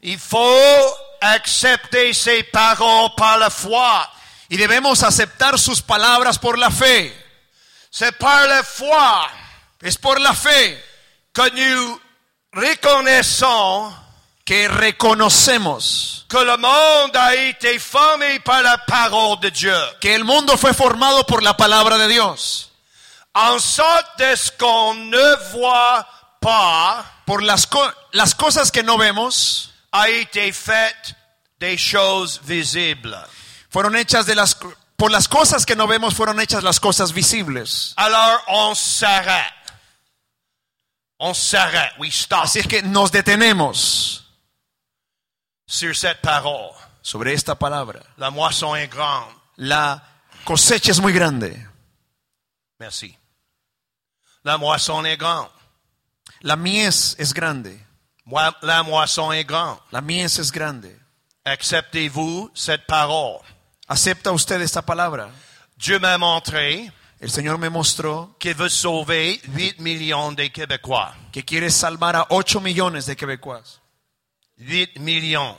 Speaker 1: Il faut accepter ses paroles par la foi.
Speaker 2: Y debemos aceptar sus palabras por la fe.
Speaker 1: C'est par la foi
Speaker 2: Es por la fe
Speaker 1: que nous reconnaissons
Speaker 2: que reconocemos
Speaker 1: que le monde a été formé par la parole de Dieu.
Speaker 2: que el mundo fue formado por la palabra de Dios,
Speaker 1: En sorte de ce qu'on ne voit pas
Speaker 2: por las, co- las cosas que no vemos.
Speaker 1: a été faite des choses visibles.
Speaker 2: Fueron hechas de las co- por las cosas que no vemos fueron hechas las cosas visibles.
Speaker 1: Alors on s'arrête. On s'arrête. We stop
Speaker 2: Así es que nos detenemos
Speaker 1: sur cette parole.
Speaker 2: sobre esta palabra.
Speaker 1: La moisson est grande.
Speaker 2: La cosecha es muy grande.
Speaker 1: Merci. La moisson est grande.
Speaker 2: La mies es grande.
Speaker 1: Moi- La moisson est grande.
Speaker 2: La mies es grande.
Speaker 1: Acceptez-vous cette parole.
Speaker 2: ¿Acepta usted esta palabra?
Speaker 1: Dieu m'a montré
Speaker 2: El Señor me mostró
Speaker 1: qu'il veut sauver 8 millions de Québécois.
Speaker 2: que quiere salvar a 8 millones de quebecuas.
Speaker 1: 8 millions.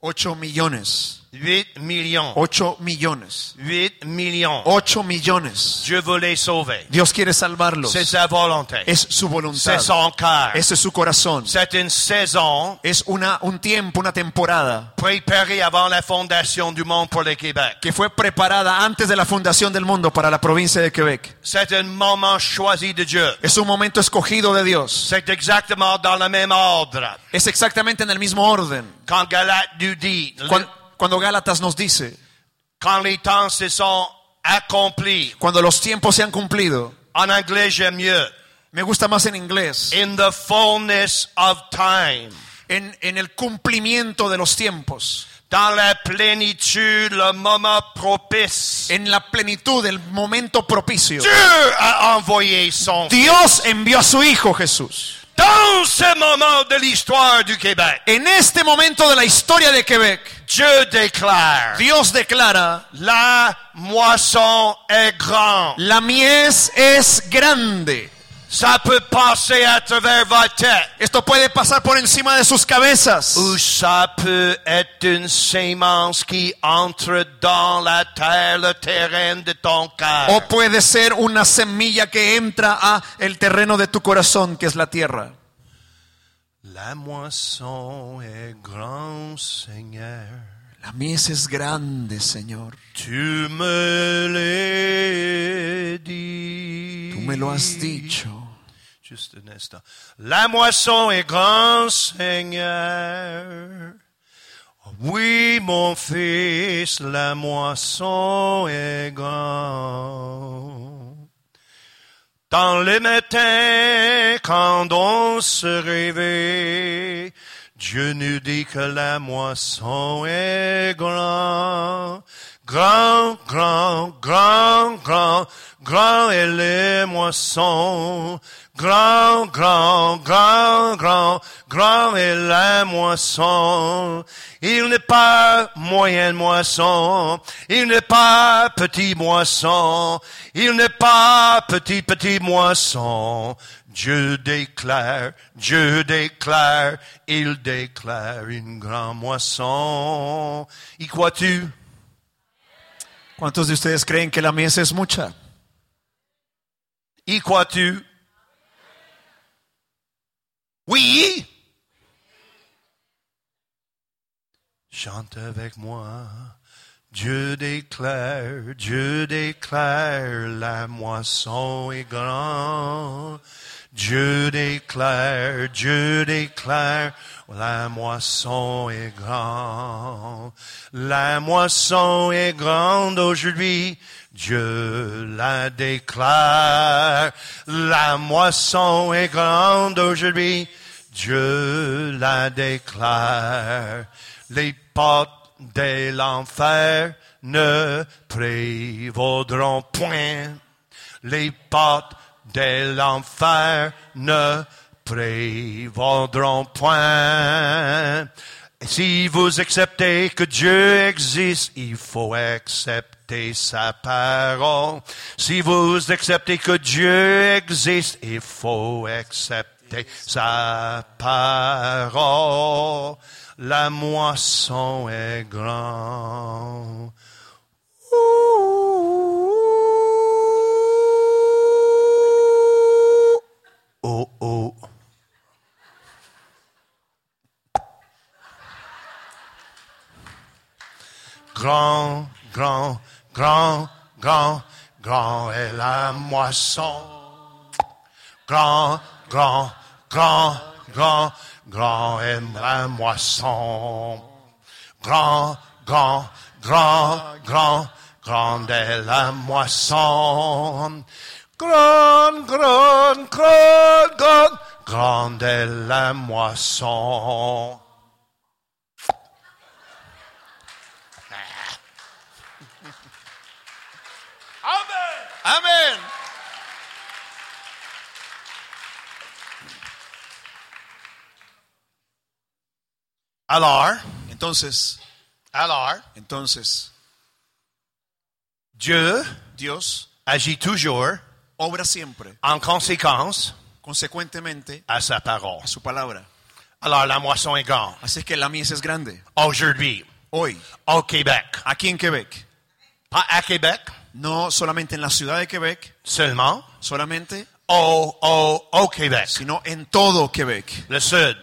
Speaker 2: 8 millones.
Speaker 1: 8 millions.
Speaker 2: 8 millones.
Speaker 1: 8 millions.
Speaker 2: 8 millones.
Speaker 1: Dieu veut les sauver.
Speaker 2: Dios quiere salvarlos.
Speaker 1: C'est sa volonté.
Speaker 2: Es su voluntad.
Speaker 1: C'est son cœur.
Speaker 2: Ese es su corazón.
Speaker 1: C'est une saison
Speaker 2: Es una, un tiempo, una temporada
Speaker 1: préparée avant la fondation du monde pour le Québec.
Speaker 2: que fue preparada antes de la fundación del mundo para la provincia de Quebec.
Speaker 1: C'est un moment choisi de Dieu.
Speaker 2: Es un momento escogido de Dios.
Speaker 1: C'est exactement dans le même ordre.
Speaker 2: Es exactamente en el mismo orden.
Speaker 1: Quand Galate nous dit, le-
Speaker 2: Cuan- cuando Gálatas nos dice,
Speaker 1: quand les temps se sont accomplis,
Speaker 2: cuando los tiempos se han cumplido,
Speaker 1: en anglais j'aime mieux,
Speaker 2: me gusta más en inglés,
Speaker 1: in the fullness of time,
Speaker 2: en, en el cumplimiento de los tiempos,
Speaker 1: dans la plénitude, le moment propice,
Speaker 2: en la plenitud, el momento propicio.
Speaker 1: Dieu a envoyé son Fils.
Speaker 2: Dios envió a su Hijo Jesús.
Speaker 1: Dans ce moment de l'histoire du Québec,
Speaker 2: En este momento de la historia de Quebec,
Speaker 1: Dieu déclare,
Speaker 2: Dios declara,
Speaker 1: La moisson est grande.
Speaker 2: la mies es grande.
Speaker 1: Ça peut passer à travers votre tête.
Speaker 2: Esto puede pasar por encima de sus cabezas.
Speaker 1: Ou ça peut être une sémence qui entre dans la terre, le terrain de ton cœur.
Speaker 2: O puede ser una semilla que entra a el terreno de tu corazón, que es la tierra.
Speaker 1: La moisson est grande, Seigneur.
Speaker 2: La mies es grande, Señor.
Speaker 1: Tu me l'as dit.
Speaker 2: Tú me lo has dicho.
Speaker 1: Juste un instant. La moisson est grande, Seigneur. Oui, mon fils, la moisson est grande. Dans le matin, quand on se réveille, Dieu nous dit que la moisson est grande. Grand, grand, grand, grand, grand est les moissons. Grand, grand, grand, grand, grand est la moisson. Il n'est pas moyenne moisson. Il n'est pas petit moisson. Il n'est pas petit, petit moisson. Dieu déclare, Dieu déclare, il déclare une grande moisson. Y crois-tu?
Speaker 2: ¿Cuántos de ustedes creen que la mies es mucha?
Speaker 1: Y crois-tu? Oui! Chante avec moi. Dieu déclare, Dieu déclare, la moisson est grande. Dieu déclare, Dieu déclare, la moisson est grande. La moisson est grande aujourd'hui. Dieu la déclare. La moisson est grande aujourd'hui. Dieu la déclare. Les portes de l'enfer ne prévaudront point. Les portes de l'enfer ne prévaudront point. Si vous acceptez que Dieu existe, il faut accepter sa parole. Si vous acceptez que Dieu existe, il faut accepter sa parole. La moisson est grande. Oh oh. Grand, grand, grand, grand, grand est la moisson. Grand, grand, grand, grand, grand est la moisson. Grand, grand, grand, grand, grand est la moisson. Grand, grand, grand, grand, grand est la moisson.
Speaker 5: Amén.
Speaker 2: Amén.
Speaker 1: Alors,
Speaker 2: Entonces,
Speaker 1: alors,
Speaker 2: entonces,
Speaker 1: Dieu
Speaker 2: Dios
Speaker 1: agit toujours
Speaker 2: obra siempre,
Speaker 1: en conséquence
Speaker 2: consecuentemente,
Speaker 1: à sa parole.
Speaker 2: a su palabra.
Speaker 1: Alors, la moisson est grande
Speaker 2: Así es que la mies es grande.
Speaker 1: aujourd'hui
Speaker 2: Hoy,
Speaker 1: au Québec.
Speaker 2: aquí en Quebec,
Speaker 1: Pas à Québec
Speaker 2: no solamente en la ciudad de Quebec,
Speaker 1: seulement,
Speaker 2: solamente,
Speaker 1: au, au, au Québec.
Speaker 2: sino en todo Quebec.
Speaker 1: Le Sud,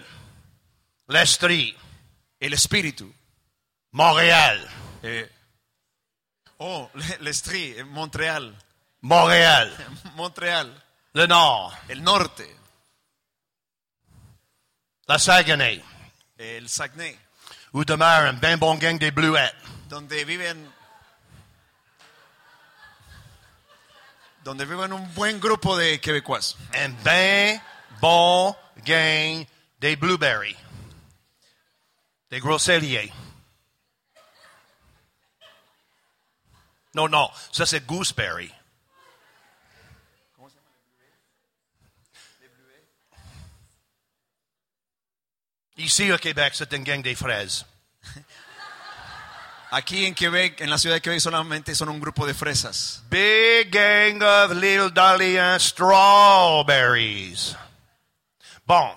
Speaker 1: l'Estrie,
Speaker 2: El espíritu.
Speaker 1: Montréal,
Speaker 2: eh, oh, Le- Lestrie, eh, Montreal.
Speaker 1: Montréal,
Speaker 2: Montreal.
Speaker 1: le Nord,
Speaker 2: El norte.
Speaker 1: la Saguenay,
Speaker 2: El Saguenay.
Speaker 1: où demeure un bien bon gang des Bluettes.
Speaker 2: donde viven donde viven un buen grupo de quebecuas,
Speaker 1: Un bien bon gang des Blueberries, des Groselliers. Non, non, ça c'est Gooseberry. Ici au Québec, c'est une gang des fraises.
Speaker 2: Aquí en Quebec, en la ciudad de Quebec, solamente son un grupo de fresas.
Speaker 1: Big gang of little dahlia strawberries. Bon.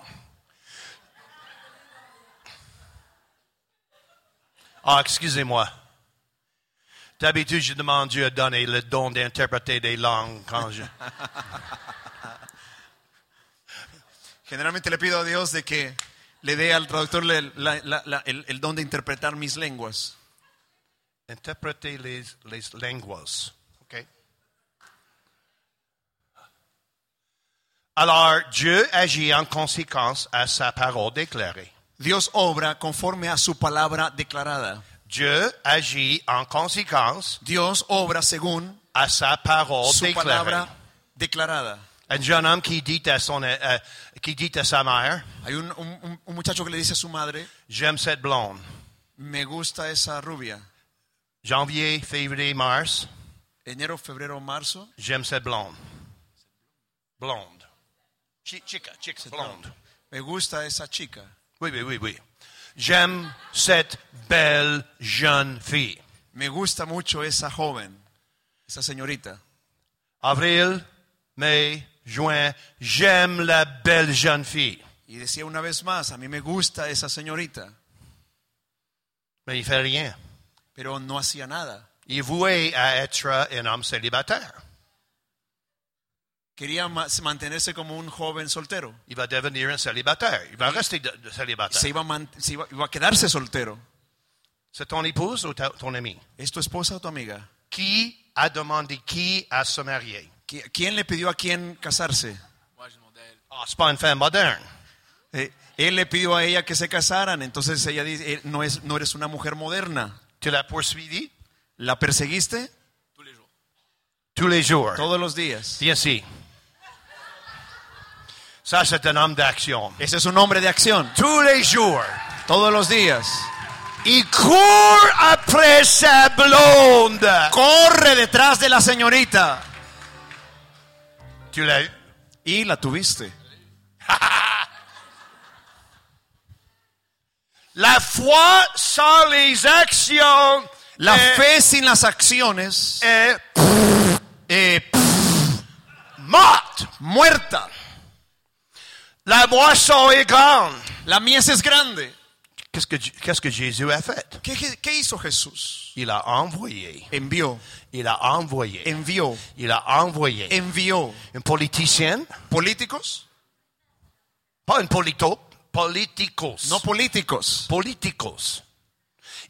Speaker 1: Ah, excusez-moi. D'habitude, je demande Dieu à donner le don d'interpréter des langues quand je...
Speaker 2: Generalmente le pido a Dios de que le dé al traductor le- la- la- la- el, el don de interpretar mis lenguas.
Speaker 1: Interpréter les, les lenguas. OK. Alors, Dieu agit en conséquence à sa parole déclarée.
Speaker 2: Dios obra conforme a su palabra declarada.
Speaker 1: Dieu agit en conséquence
Speaker 2: Dios obra según
Speaker 1: à sa parole
Speaker 2: su
Speaker 1: déclarée.
Speaker 2: palabra declarada.
Speaker 1: Un jeune homme qui dit à, son, euh, euh, qui dit à sa mère,
Speaker 2: Hay un, un- un muchacho que le dice a su madre,
Speaker 1: j'aime cette blonde.
Speaker 2: me gusta esa rubia.
Speaker 1: Janvier, février, mars,
Speaker 2: Enero, febrero, marzo.
Speaker 1: j'aime cette blonde. Blonde. Chi- Chica, chica,
Speaker 2: se-
Speaker 1: blonde.
Speaker 2: Me gusta esa chica.
Speaker 1: Oui, oui, oui, oui. J'aime cette belle jeune fille.
Speaker 2: Me gusta mucho esa joven, esa señorita.
Speaker 1: Avril, mai, juin, j'aime la belle jeune fille.
Speaker 2: Y decía una vez más, a mí me gusta esa señorita,
Speaker 1: Mais il fait rien.
Speaker 2: pero no hacía nada.
Speaker 1: Il vouait à être un homme célibataire.
Speaker 2: Quería ma- mantenerse como un joven soltero.
Speaker 1: Il va devenir un célibataire. Il va rester de- de célibataire.
Speaker 2: Se iba a, man- se iba- iba a quedarse soltero.
Speaker 1: C'est ton épouse ou ta- ton ami?
Speaker 2: ¿Es tu esposa o tu amiga?
Speaker 1: Qui a demandé qui à se marier?
Speaker 2: ¿Qui- ¿Quién le pidió a quién casarse?
Speaker 6: Moi, je demandais à elle.
Speaker 1: Ah, c'est pas une femme moderne.
Speaker 2: Eh, él le pidió a ella que se casaran, entonces ella dice, eh, no, es, no eres una mujer moderna.
Speaker 1: Tu l'as poursuivie
Speaker 2: ¿La perseguiste?
Speaker 6: Tous les jours.
Speaker 1: tous les jours.
Speaker 2: Todos los días.
Speaker 1: Viens ici. Ça, c'est un homme d'action.
Speaker 2: Ese es un hombre de acción.
Speaker 1: Tous les jours,
Speaker 2: Todos los días.
Speaker 1: il court après sa blonde.
Speaker 2: Corre detrás de la señorita.
Speaker 1: Tu l'as eu?
Speaker 2: Y la tuviste.
Speaker 1: La foi sans les actions
Speaker 2: La
Speaker 1: Eh.
Speaker 2: fe sin las acciones
Speaker 1: est
Speaker 2: eh,
Speaker 1: morte.
Speaker 2: muerta.
Speaker 1: La moisson est grande.
Speaker 2: La mies es grande.
Speaker 1: Qu'est-ce que, qu'est-ce que Jésus a fait?
Speaker 2: ¿Qué, qué- qué hizo Jesús?
Speaker 1: Il a envoyé.
Speaker 2: Envió,
Speaker 1: Il a envoyé.
Speaker 2: envió,
Speaker 1: Il a envoyé
Speaker 2: envió.
Speaker 1: une politicienne,
Speaker 2: ¿Políticos?
Speaker 1: pas une polito, politicos.
Speaker 2: No políticos.
Speaker 1: politicos.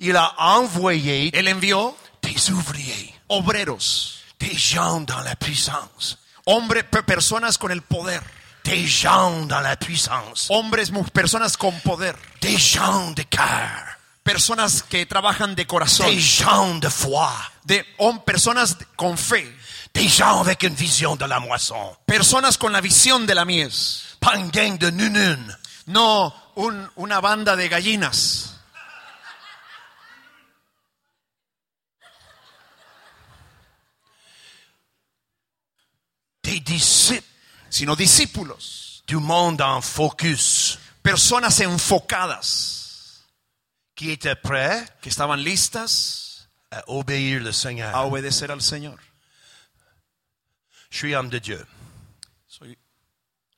Speaker 1: Il a envoyé
Speaker 2: Él envió
Speaker 1: des ouvriers,
Speaker 2: obreros,
Speaker 1: des gens dans la puissance,
Speaker 2: hombre, pe- personas con el poder,
Speaker 1: des gens dans la puissance,
Speaker 2: hombres, mu- personas con poder,
Speaker 1: des gens de cœur,
Speaker 2: personas que trabajan de corazón,
Speaker 1: des gens de foi,
Speaker 2: de, hom- personas con fe,
Speaker 1: des gens avec une vision de la moisson,
Speaker 2: personas con la visión de la mies.
Speaker 1: pas une gang de nunun.
Speaker 2: No un- una banda de gallinas.
Speaker 1: des disciples
Speaker 2: sino discípulos,
Speaker 1: du monde en focus
Speaker 2: personas enfocadas
Speaker 1: qui étaient prêts
Speaker 2: que estaban listas
Speaker 1: à obéir le Seigneur.
Speaker 2: a obedecer al Señor.
Speaker 1: Je suis homme de Dieu.
Speaker 2: Soy,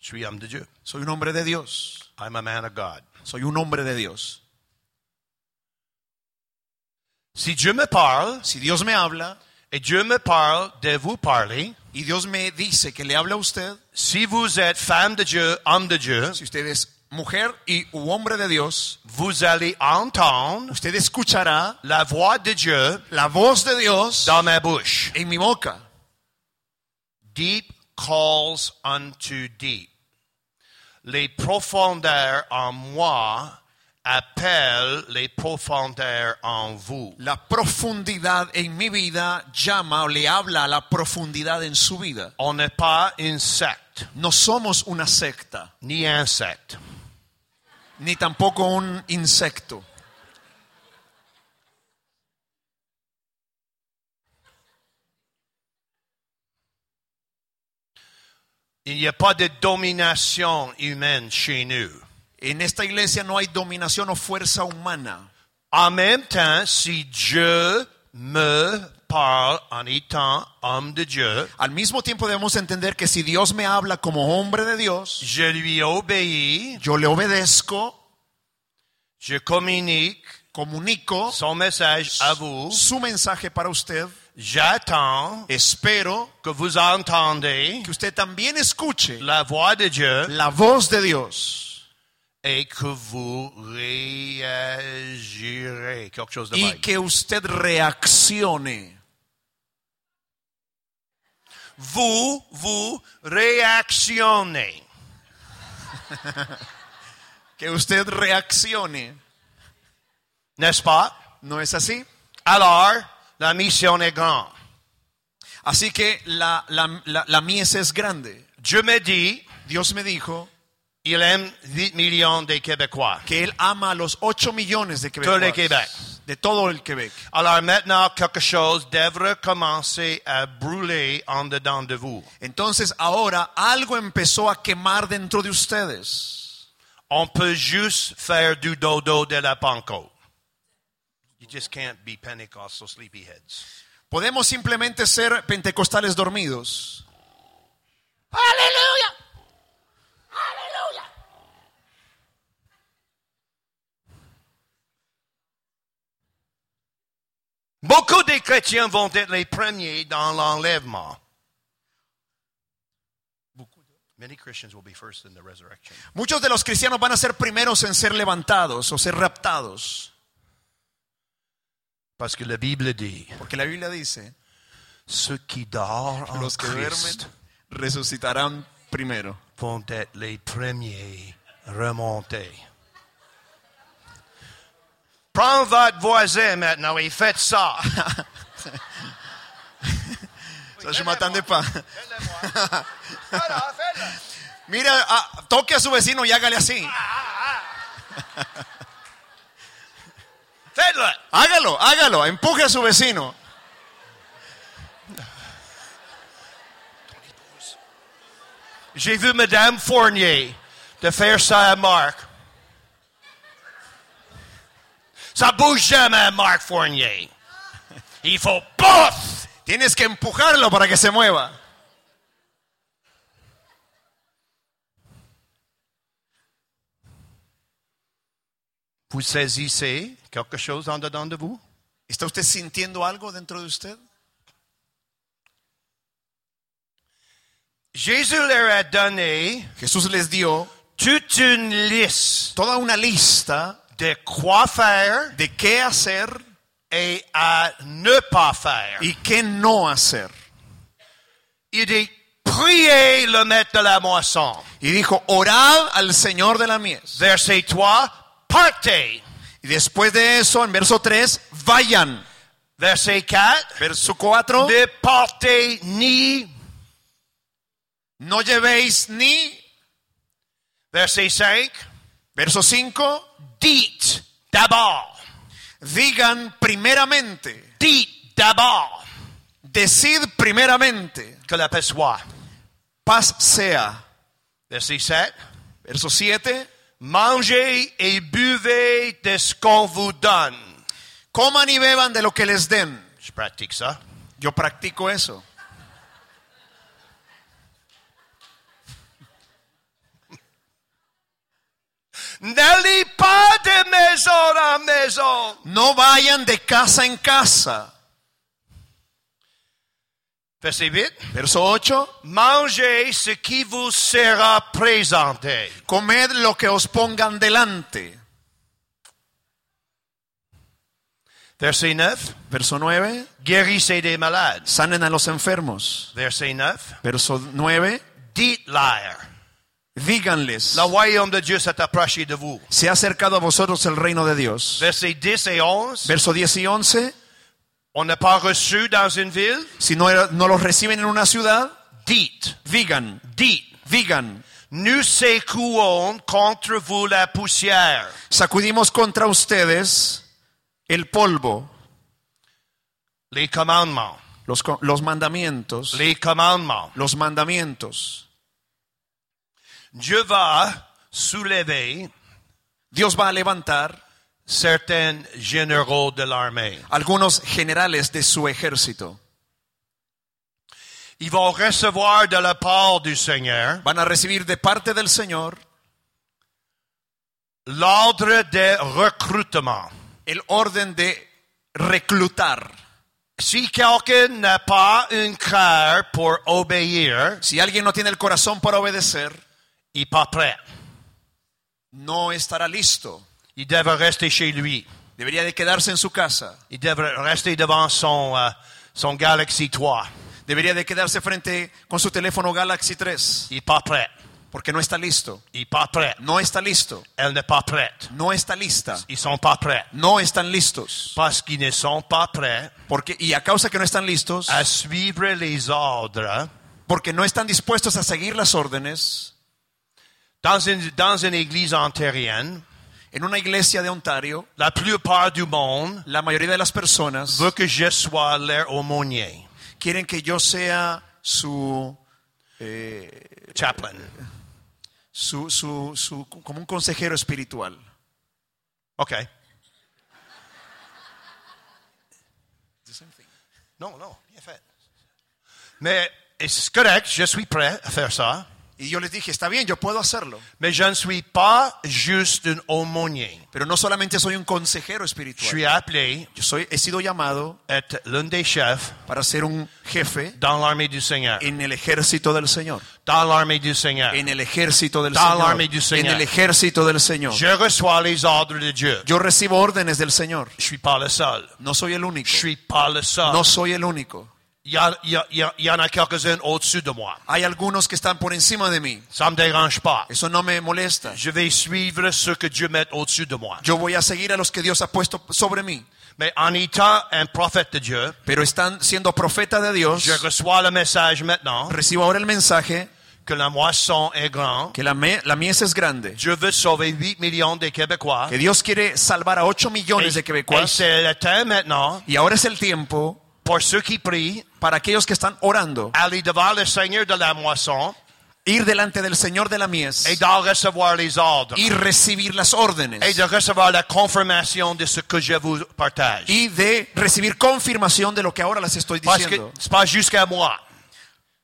Speaker 1: Je suis homme de Dieu.
Speaker 2: soy un hombre de Dios,
Speaker 1: I'm a man of God.
Speaker 2: soy un hombre de Dios.
Speaker 1: Si Dieu me parle,
Speaker 2: Si Dios me habla
Speaker 1: et Dieu me parle de vous parler,
Speaker 2: y Dios me dice que le habla a usted,
Speaker 1: si vous êtes femme de Dieu, homme de Dieu,
Speaker 2: si usted es mujer y u hombre de Dios,
Speaker 1: vous allez entendre
Speaker 2: usted escuchará
Speaker 1: la voix de Dieu
Speaker 2: la voz de Dios
Speaker 1: dans ma bouche.
Speaker 2: en mi boca.
Speaker 1: Deep calls unto deep. Les profondeurs en moi appellent les profondeurs en vous.
Speaker 2: La profundidad en mi vida llama o le habla a la profundidad en su vida.
Speaker 1: On n'est pas une secte,
Speaker 2: No somos una secta,
Speaker 1: ni un secte.
Speaker 2: ni tampoco un insecto.
Speaker 1: Il n'y a pas de domination humaine chez nous.
Speaker 2: En esta iglesia no hay dominación o fuerza humana.
Speaker 1: En même temps, si Dieu me parle en étant homme de Dieu,
Speaker 2: Al mismo tiempo debemos entender que si Dios me habla como hombre de Dios,
Speaker 1: je lui obéis,
Speaker 2: yo le obedezco,
Speaker 1: je communique
Speaker 2: comunico
Speaker 1: son message à vous,
Speaker 2: su mensaje para usted,
Speaker 1: j'attends
Speaker 2: espero
Speaker 1: que vous entendez
Speaker 2: que usted también escuche
Speaker 1: la voix de Dieu
Speaker 2: la voz de Dios
Speaker 1: et que vous réagirez. Quelque chose de
Speaker 2: y
Speaker 1: même.
Speaker 2: que usted reaccione.
Speaker 1: Vous, vous réactionnez.
Speaker 2: Que usted reaccione.
Speaker 1: N'est-ce pas?
Speaker 2: ¿No es así?
Speaker 1: Alors, la mission est grande.
Speaker 2: Así que la, la- la- la mies es grande.
Speaker 1: Dieu me dit,
Speaker 2: Dios me dijo
Speaker 1: il aime 8 millions de Québécois.
Speaker 2: que Él ama a los 8 millones de
Speaker 1: Todo el
Speaker 2: Quebec.
Speaker 1: Québec.
Speaker 2: De todo el Quebec.
Speaker 1: Alors maintenant, quelque chose devrait commencer à brûler en dedans de vous.
Speaker 2: Entonces ahora algo empezó a quemar dentro de ustedes.
Speaker 1: On peut juste faire du dodo de la Pentecôte. You just can't be Pentecostal sleepyheads.
Speaker 2: Podemos simplemente ser pentecostales dormidos.
Speaker 1: Beaucoup de chrétiens vont être les premiers dans l'enlèvement. Many Christians will be first in the resurrection.
Speaker 2: Muchos de los cristianos van a ser primeros en ser levantados o ser raptados.
Speaker 1: Parce que la Bible dit,
Speaker 2: Porque la Biblia dice,
Speaker 1: ceux qui dorment en
Speaker 2: los que duermen
Speaker 1: Christ
Speaker 2: resucitarán primero.
Speaker 1: vont être les premiers remontés. Prends votre voisin maintenant et faites ça.
Speaker 2: O sea, yo matando de pan.
Speaker 1: Voilà, faites-le.
Speaker 2: Mira, ah, toque a su vecino y hágale así.
Speaker 1: Faites-le.
Speaker 2: Hágalo, hágalo, empuje a su vecino.
Speaker 1: J'ai vu Madame Fournier de faire ça à Marc. Ça bouge jamais à Marc Fournier. Il faut pouf!
Speaker 2: Tienes que empujarlo para que se mueva.
Speaker 1: Vous saisissez quelque chose en dedans de vous?
Speaker 2: ¿Está usted sintiendo algo dentro de usted?
Speaker 1: Jésus leur a donné
Speaker 2: Jesús les dio
Speaker 1: toute une liste
Speaker 2: toda una lista
Speaker 1: de quoi faire
Speaker 2: de qué hacer
Speaker 1: et à ne pas faire.
Speaker 2: y qué no hacer.
Speaker 1: Il dit, priez le maître de la moisson.
Speaker 2: Y dijo, orad al Señor de la mies.
Speaker 1: Verset 3, partez.
Speaker 2: Y después de eso, en verso 3, vayan.
Speaker 1: Verset 4,
Speaker 2: Verso 4,
Speaker 1: ne portez ni
Speaker 2: no llevéis ni.
Speaker 1: Verset 5.
Speaker 2: Verso 5,
Speaker 1: Dites d'abord.
Speaker 2: digan primeramente,
Speaker 1: Dites d'abord
Speaker 2: decid primeramente,
Speaker 1: que la paix soit.
Speaker 2: paz sea.
Speaker 1: Verset 7.
Speaker 2: Verso 7,
Speaker 1: Mangez et buvez de ce qu'on vous donne.
Speaker 2: coman y beban de lo que les den.
Speaker 1: Je pratique ça.
Speaker 2: Yo practico eso.
Speaker 1: N'allez pas de maison en maison.
Speaker 2: No vayan de casa en casa.
Speaker 1: Verset 8.
Speaker 2: Verso 8,
Speaker 1: Mangez ce qui vous sera présenté.
Speaker 2: comed lo que os pongan delante.
Speaker 1: Verset 9.
Speaker 2: Verso 9,
Speaker 1: Guérissez des malades.
Speaker 2: sanen a los enfermos.
Speaker 1: Verset 9.
Speaker 2: Verso 9,
Speaker 1: Dites l'air.
Speaker 2: díganles,
Speaker 1: Le royaume de Dieu s'est approché de vous.
Speaker 2: se ha acercado a vosotros el reino de Dios.
Speaker 1: Verset 10 et 11.
Speaker 2: Verso 10 y 11,
Speaker 1: On n'a pas reçu dans une ville.
Speaker 2: si no, era- no los reciben en una ciudad,
Speaker 1: Dites,
Speaker 2: digan,
Speaker 1: dites,
Speaker 2: digan,
Speaker 1: nous secouons contre vous la poussière.
Speaker 2: sacudimos contra ustedes el polvo,
Speaker 1: Les commandements,
Speaker 2: los, co- los mandamientos,
Speaker 1: les commandements.
Speaker 2: los mandamientos.
Speaker 1: Dieu va soulever
Speaker 2: Dios va a levantar
Speaker 1: certains généraux de l'armée.
Speaker 2: algunos generales de su ejército.
Speaker 1: Ils vont recevoir de la part du Seigneur
Speaker 2: Van a recibir de parte del Señor
Speaker 1: l'ordre de recrutement.
Speaker 2: el orden de reclutar.
Speaker 1: Si quelqu'un n'a pas un cœur pour obéir,
Speaker 2: Si alguien no tiene el corazón para obedecer,
Speaker 1: il n'est pas prêt.
Speaker 2: no estará listo.
Speaker 1: Il devrait rester chez lui.
Speaker 2: Debería de quedarse en su casa.
Speaker 1: Il devrait rester devant son, euh, son Galaxy 3.
Speaker 2: Debería de quedarse frente con su teléfono Galaxy 3.
Speaker 1: Il n'est pas prêt.
Speaker 2: Porque no está listo.
Speaker 1: Il n'est pas prêt.
Speaker 2: No está listo.
Speaker 1: Elle n'est pas prête.
Speaker 2: No está lista.
Speaker 1: Ils sont pas prêts.
Speaker 2: No están listos.
Speaker 1: Parce qu'ils ne sont pas prêts
Speaker 2: Porque, y a causa que no están listos,
Speaker 1: à suivre les ordres.
Speaker 2: porque no están dispuestos a seguir las órdenes,
Speaker 1: Dans une, dans une église ontarienne,
Speaker 2: en una iglesia de Ontario,
Speaker 1: la plupart du monde
Speaker 2: la mayoría de las personas
Speaker 1: veut que je sois leur aumônier,
Speaker 2: quieren que yo sea su,
Speaker 1: chaplain.
Speaker 2: su, su, su- como un consejero espiritual.
Speaker 1: OK. Non, non, bien fait. Mais et c'est correct, je suis prêt à faire ça,
Speaker 2: Y yo les dije, está bien, yo puedo hacerlo.
Speaker 1: mais je ne suis pas juste un aumônier.
Speaker 2: Pero no solamente soy un consejero
Speaker 1: Je
Speaker 2: espiritual.
Speaker 1: suis appelé
Speaker 2: Yo soy, he sido llamado
Speaker 1: à être l'un des chefs
Speaker 2: para ser un jefe
Speaker 1: dans l'armée du Seigneur.
Speaker 2: en el ejército del Señor.
Speaker 1: Dans l'armée du Seigneur.
Speaker 2: En el ejército del
Speaker 1: Dans
Speaker 2: Señor.
Speaker 1: l'armée du
Speaker 2: En
Speaker 1: Seigneur.
Speaker 2: el ejército del Señor.
Speaker 1: Je reçois les ordres de Dieu.
Speaker 2: Yo recibo órdenes del Señor.
Speaker 1: Je suis pas le seul.
Speaker 2: No soy el único.
Speaker 1: Je suis pas le seul.
Speaker 2: No soy el único.
Speaker 1: Il y, a- il y a- il y a- il y en a quelques-uns au-dessus de moi.
Speaker 2: Hay algunos que están por encima de mí.
Speaker 1: Ça me dérange pas.
Speaker 2: Eso no me molesta.
Speaker 1: Je vais suivre ce que Dieu met au-dessus de moi.
Speaker 2: Yo voy a seguir a los que Dios ha puesto sobre mí.
Speaker 1: Mais en étant un prophète de Dieu,
Speaker 2: Pero están siendo profeta de Dios.
Speaker 1: je reçois le message maintenant
Speaker 2: Recibo ahora el mensaje
Speaker 1: que la moisson est grande.
Speaker 2: que la, me- la mies es grande.
Speaker 1: Dieu veut sauver 8 millions de Québécois.
Speaker 2: Que Dios quiere salvar a 8 millones de
Speaker 1: et
Speaker 2: quebecuas.
Speaker 1: c'est le temps maintenant
Speaker 2: Y ahora es el tiempo
Speaker 1: pour ceux qui prient,
Speaker 2: para aquellos que están orando,
Speaker 1: aller devant le Seigneur de la moisson
Speaker 2: ir delante del Señor de la mies
Speaker 1: et d'en recevoir les ordres.
Speaker 2: y recibir las órdenes
Speaker 1: et de recevoir la confirmation de ce que je vous partage.
Speaker 2: y de recibir confirmación de lo que ahora les estoy
Speaker 1: Parce que
Speaker 2: diciendo.
Speaker 1: c'est pas jusqu'à moi.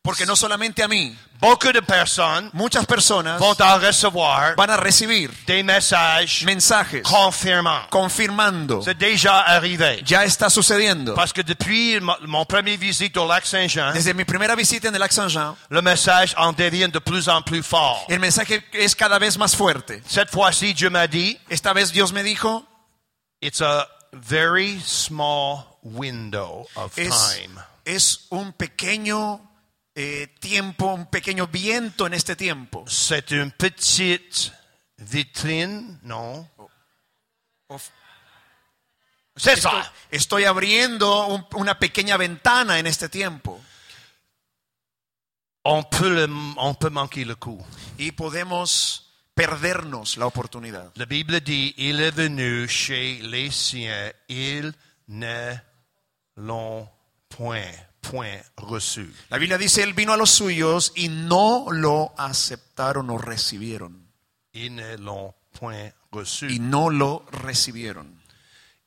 Speaker 2: Porque no solamente a mí,
Speaker 1: Beaucoup de personnes
Speaker 2: muchas personas
Speaker 1: vont en recevoir
Speaker 2: van a recibir
Speaker 1: des messages
Speaker 2: mensajes
Speaker 1: confirmants.
Speaker 2: confirmando.
Speaker 1: C'est déjà arrivé.
Speaker 2: Ya está sucediendo.
Speaker 1: Parce que depuis mo- mon premier visite au lac Saint-Jean,
Speaker 2: Desde mi primera visita en el Lac Saint-Jean,
Speaker 1: le message en devient de plus en plus fort.
Speaker 2: el mensaje es cada vez más fuerte.
Speaker 1: Cette fois-ci, Dieu m'a dit,
Speaker 2: Esta vez Dios me dijo,
Speaker 1: it's a very small window of
Speaker 2: es,
Speaker 1: time.
Speaker 2: es un pequeño eh, tiempo, un pequeño viento en este tiempo.
Speaker 1: C'est une petite vitrine, non? C'est
Speaker 2: Estoy,
Speaker 1: ça.
Speaker 2: estoy abriendo un- una pequeña ventana en este tiempo
Speaker 1: On peut, le- on peut manquer le coup.
Speaker 2: y podemos perdernos la oportunidad.
Speaker 1: La Bible dit, il est venu chez les siens, ils ne l'ont point, point reçu.
Speaker 2: La Biblia dice, Él vino a los suyos y no lo aceptaron o recibieron.
Speaker 1: Ils ne l'ont point
Speaker 2: Y
Speaker 1: reçu.
Speaker 2: no lo recibieron.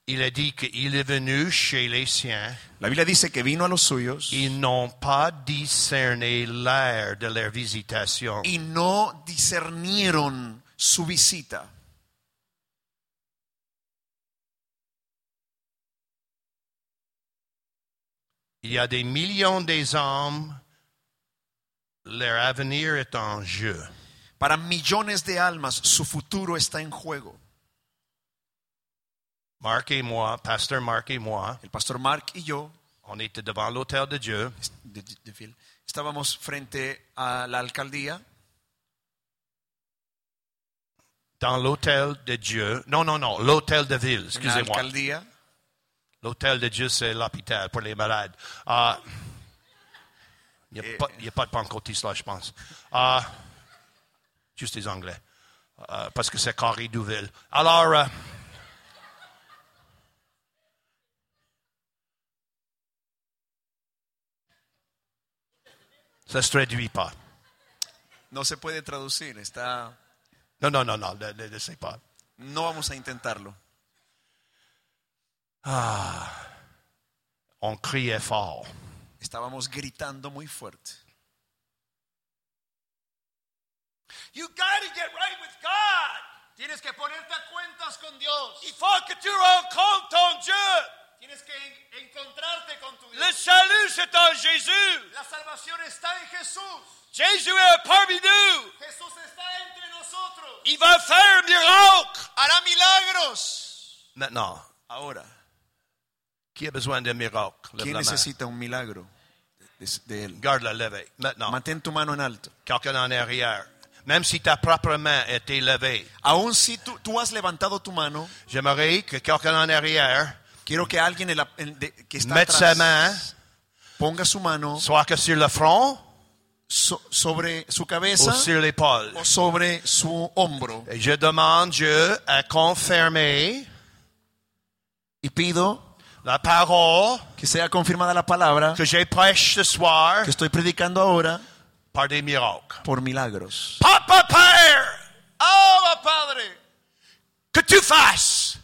Speaker 1: Il a dit qu'il est venu chez les siens,
Speaker 2: La Biblia dice que vino a los suyos y,
Speaker 1: ils n'ont pas discerné l'air de leur visitation.
Speaker 2: no discernieron su visita.
Speaker 1: Il y a des millions des hommes, leur avenir est en jeu.
Speaker 2: Para millones de almas su futuro está en juego.
Speaker 1: Marc et moi, pasteur Marc et moi,
Speaker 2: El pastor Mark y yo
Speaker 1: on était devant l'autel de Dieu.
Speaker 2: de- de Phil, estábamos frente a la alcaldía
Speaker 1: Dans l'autel de Dieu. Non, non, non, l'autel de ville,
Speaker 2: en la
Speaker 1: excusez-moi.
Speaker 2: alcaldía.
Speaker 1: L'autel de Dieu, c'est l'hôpital pour les malades. Ah, Il n'y a, pas- il y a pas de pancotistes là, je pense. Ah, juste les Anglais. Ah, parce que c'est Carré Douville. Alors, euh, ça se traduit pas.
Speaker 2: No se puede traducir, está
Speaker 1: Non, non, non, non, ne, ne- ne sais pas.
Speaker 2: no vamos a intentarlo.
Speaker 1: Ah, on criait fort.
Speaker 2: Estábamos gritando muy fuerte.
Speaker 5: You gotta get right with God.
Speaker 6: Tienes que ponerte a cuentas con Dios.
Speaker 5: Il faut que tu rencontres ton Dieu.
Speaker 6: Tienes que en- encontrarte con tu
Speaker 5: Le
Speaker 6: Dios.
Speaker 5: salut, c'est en Jésus.
Speaker 6: La salvación está en Jesús.
Speaker 5: Jésus est parmi nous.
Speaker 6: Jesús está entre nosotros.
Speaker 5: Il va faire un miracle.
Speaker 2: Hará milagros.
Speaker 1: Maintenant,
Speaker 2: Ahora,
Speaker 1: qui a besoin d'un miracle? Lève
Speaker 2: ¿quién
Speaker 1: la main.
Speaker 2: necesita un milagro de, de él?
Speaker 1: Garde la levée. Maintenant,
Speaker 2: Mantén tu mano en alto.
Speaker 1: quelqu'un en arrière. Même si ta propre main est élevée,
Speaker 2: Aún si tú, tú has levantado tu mano,
Speaker 1: j'aimerais que quelqu'un en arrière
Speaker 2: quiero que alguien en la- en- de- que está
Speaker 1: mette sa
Speaker 2: atrás
Speaker 1: main,
Speaker 2: ponga su mano
Speaker 1: soit que sur le front
Speaker 2: so- sobre su
Speaker 1: ou
Speaker 2: cabeza
Speaker 1: sur l'épaule.
Speaker 2: o sobre su hombro.
Speaker 1: Et je demande Dieu à confirmer
Speaker 2: Y pido
Speaker 1: la parole
Speaker 2: que sea confirmada la palabra
Speaker 1: que j'ai prêche ce soir
Speaker 2: que estoy predicando ahora
Speaker 1: par des miracles.
Speaker 2: por milagros.
Speaker 1: Papa Père, Oh,
Speaker 2: Abba, Padre,
Speaker 1: que tu fasses,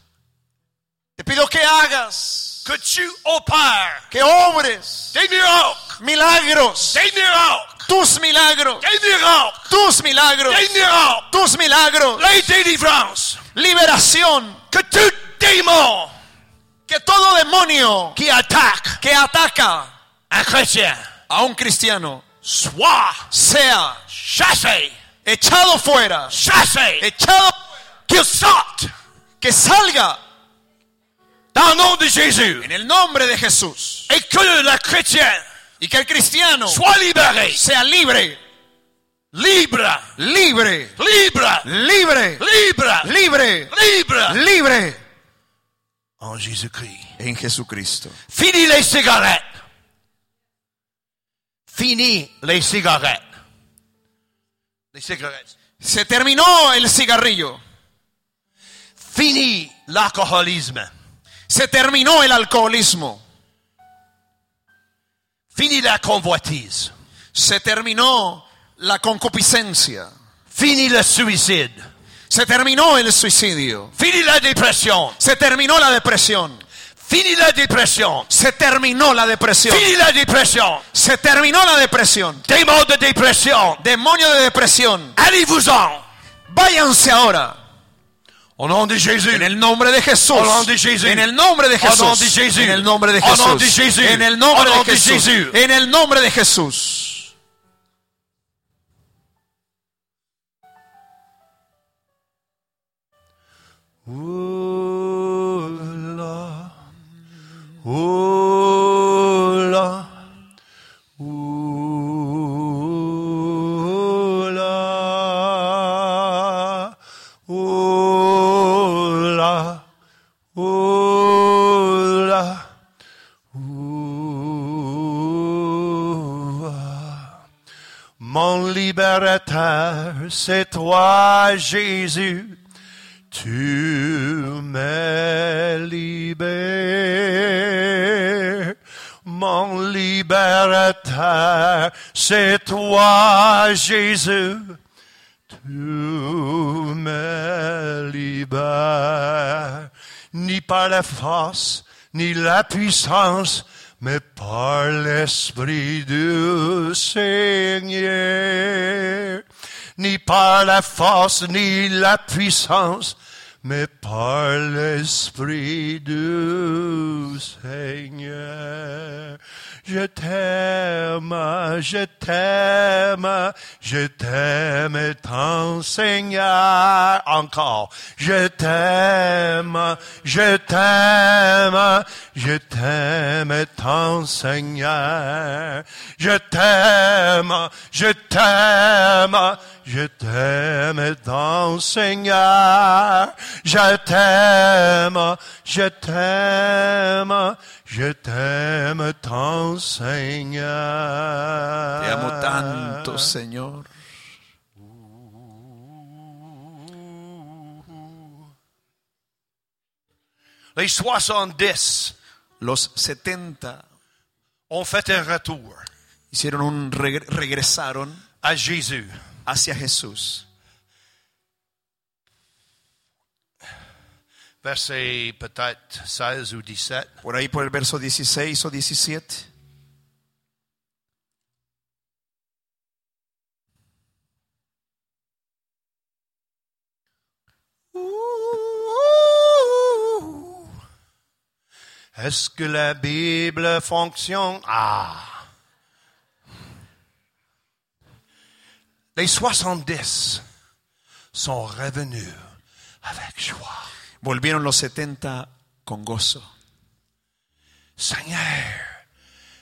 Speaker 2: te pido que hagas,
Speaker 1: que tu opères
Speaker 2: que obres
Speaker 1: des miracles,
Speaker 2: milagros,
Speaker 1: des miracles,
Speaker 2: tus milagros,
Speaker 1: des miracles,
Speaker 2: tus milagros,
Speaker 1: des miracles,
Speaker 2: tus milagros,
Speaker 1: les délivrances,
Speaker 2: liberación,
Speaker 1: que tout démon
Speaker 2: que todo demonio
Speaker 1: qui attaque
Speaker 2: que ataca
Speaker 1: un chrétien
Speaker 2: a un cristiano
Speaker 1: soit
Speaker 2: sea
Speaker 1: chassé,
Speaker 2: echado fuera,
Speaker 1: chassé,
Speaker 2: echado,
Speaker 1: qu'il sorte
Speaker 2: que salga
Speaker 1: dans le nom de Jésus
Speaker 2: en el nombre de Jesús
Speaker 1: et que le chrétien
Speaker 2: y que el cristiano
Speaker 1: soit libéré,
Speaker 2: sea libre,
Speaker 1: libre,
Speaker 2: libre,
Speaker 1: libre,
Speaker 2: libre,
Speaker 1: libre,
Speaker 2: libre,
Speaker 1: libre
Speaker 2: libre
Speaker 1: en Jésus-Christ.
Speaker 2: en Jesucristo.
Speaker 1: Fini les cigarettes. Fini les cigarettes. Les cigarettes.
Speaker 2: Se terminó el cigarrillo,
Speaker 1: Fini l'alcoolisme.
Speaker 2: se terminó el alcoholismo,
Speaker 1: Fini la convoitise.
Speaker 2: se terminó la concupiscencia,
Speaker 1: Fini le suicide.
Speaker 2: se terminó el suicidio,
Speaker 1: Fini la dépression.
Speaker 2: se terminó la depresión,
Speaker 1: Fini la dépression.
Speaker 2: se terminó la depresión,
Speaker 1: Fini la dépression.
Speaker 2: se terminó la depresión.
Speaker 1: Démon de dépression.
Speaker 2: Demonio de depresión,
Speaker 1: Allez-vous-en.
Speaker 2: váyanse ahora.
Speaker 1: Au nom de Jésus.
Speaker 2: En el nombre de Jesús.
Speaker 1: Au nom de Jésus.
Speaker 2: En el nombre de
Speaker 1: Au nom
Speaker 2: Jesús.
Speaker 1: de Jésus.
Speaker 2: En el nombre de
Speaker 1: Au nom de
Speaker 2: Jesús.
Speaker 1: Jésus.
Speaker 2: En el
Speaker 1: Au
Speaker 2: nombre
Speaker 1: nom de
Speaker 2: de Jesús.
Speaker 1: Jésus.
Speaker 2: En el nombre de Jesús.
Speaker 1: Oula, oula, oula, oula, oula, oula. Mon libérateur, c'est toi, Jésus. Tu m'es libéré, mon libérateur, c'est toi, Jésus. Tu me libères, ni par la force, ni la puissance, mais par l'Esprit du Seigneur. Ni par la force, ni la puissance, mais par l'Esprit du Seigneur. Je t'aime, je t'aime, je t'aime ton Seigneur encore. Je t'aime, je t'aime, je t'aime ton Seigneur. Je t'aime, je t'aime, je t'aime ton Seigneur. Je t'aime, je t'aime, je t'aime ton Seigneur.
Speaker 2: Te amo tanto, Señor.
Speaker 1: Les 70
Speaker 2: Los 70
Speaker 1: ont fait un retour
Speaker 2: hicieron un regre- regresaron
Speaker 1: à Jésus.
Speaker 2: hacia Jesús.
Speaker 7: verset peut-être 16 ou 17.
Speaker 2: Por ahí por el verso 16 o 17.
Speaker 7: Est-ce que la Bible fonctionne? Ah! Les 70 sont revenus avec joie.
Speaker 2: Volvieron los 70 con gozo.
Speaker 7: Seigneur,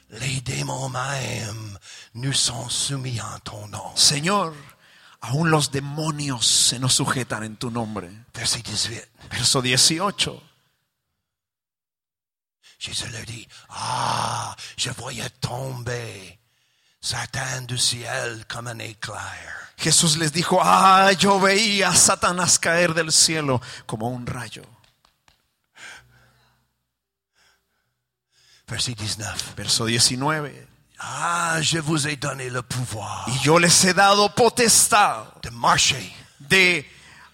Speaker 7: les démons même nous sont soumis en ton nom.
Speaker 2: Señor, aún los demonios se nos sujetan en tu nombre.
Speaker 7: Verset 18.
Speaker 2: Verso 18.
Speaker 7: Jésus leur dit, ah, je voyais tomber Satan du ciel comme un éclair.
Speaker 2: Jesús les dijo, ah, yo veía a Satanás caer del cielo como un rayo.
Speaker 7: Verset 19.
Speaker 2: Verso 19.
Speaker 7: Ah, je vous ai donné le pouvoir
Speaker 2: Y yo les he dado potestad
Speaker 7: de marcher,
Speaker 2: de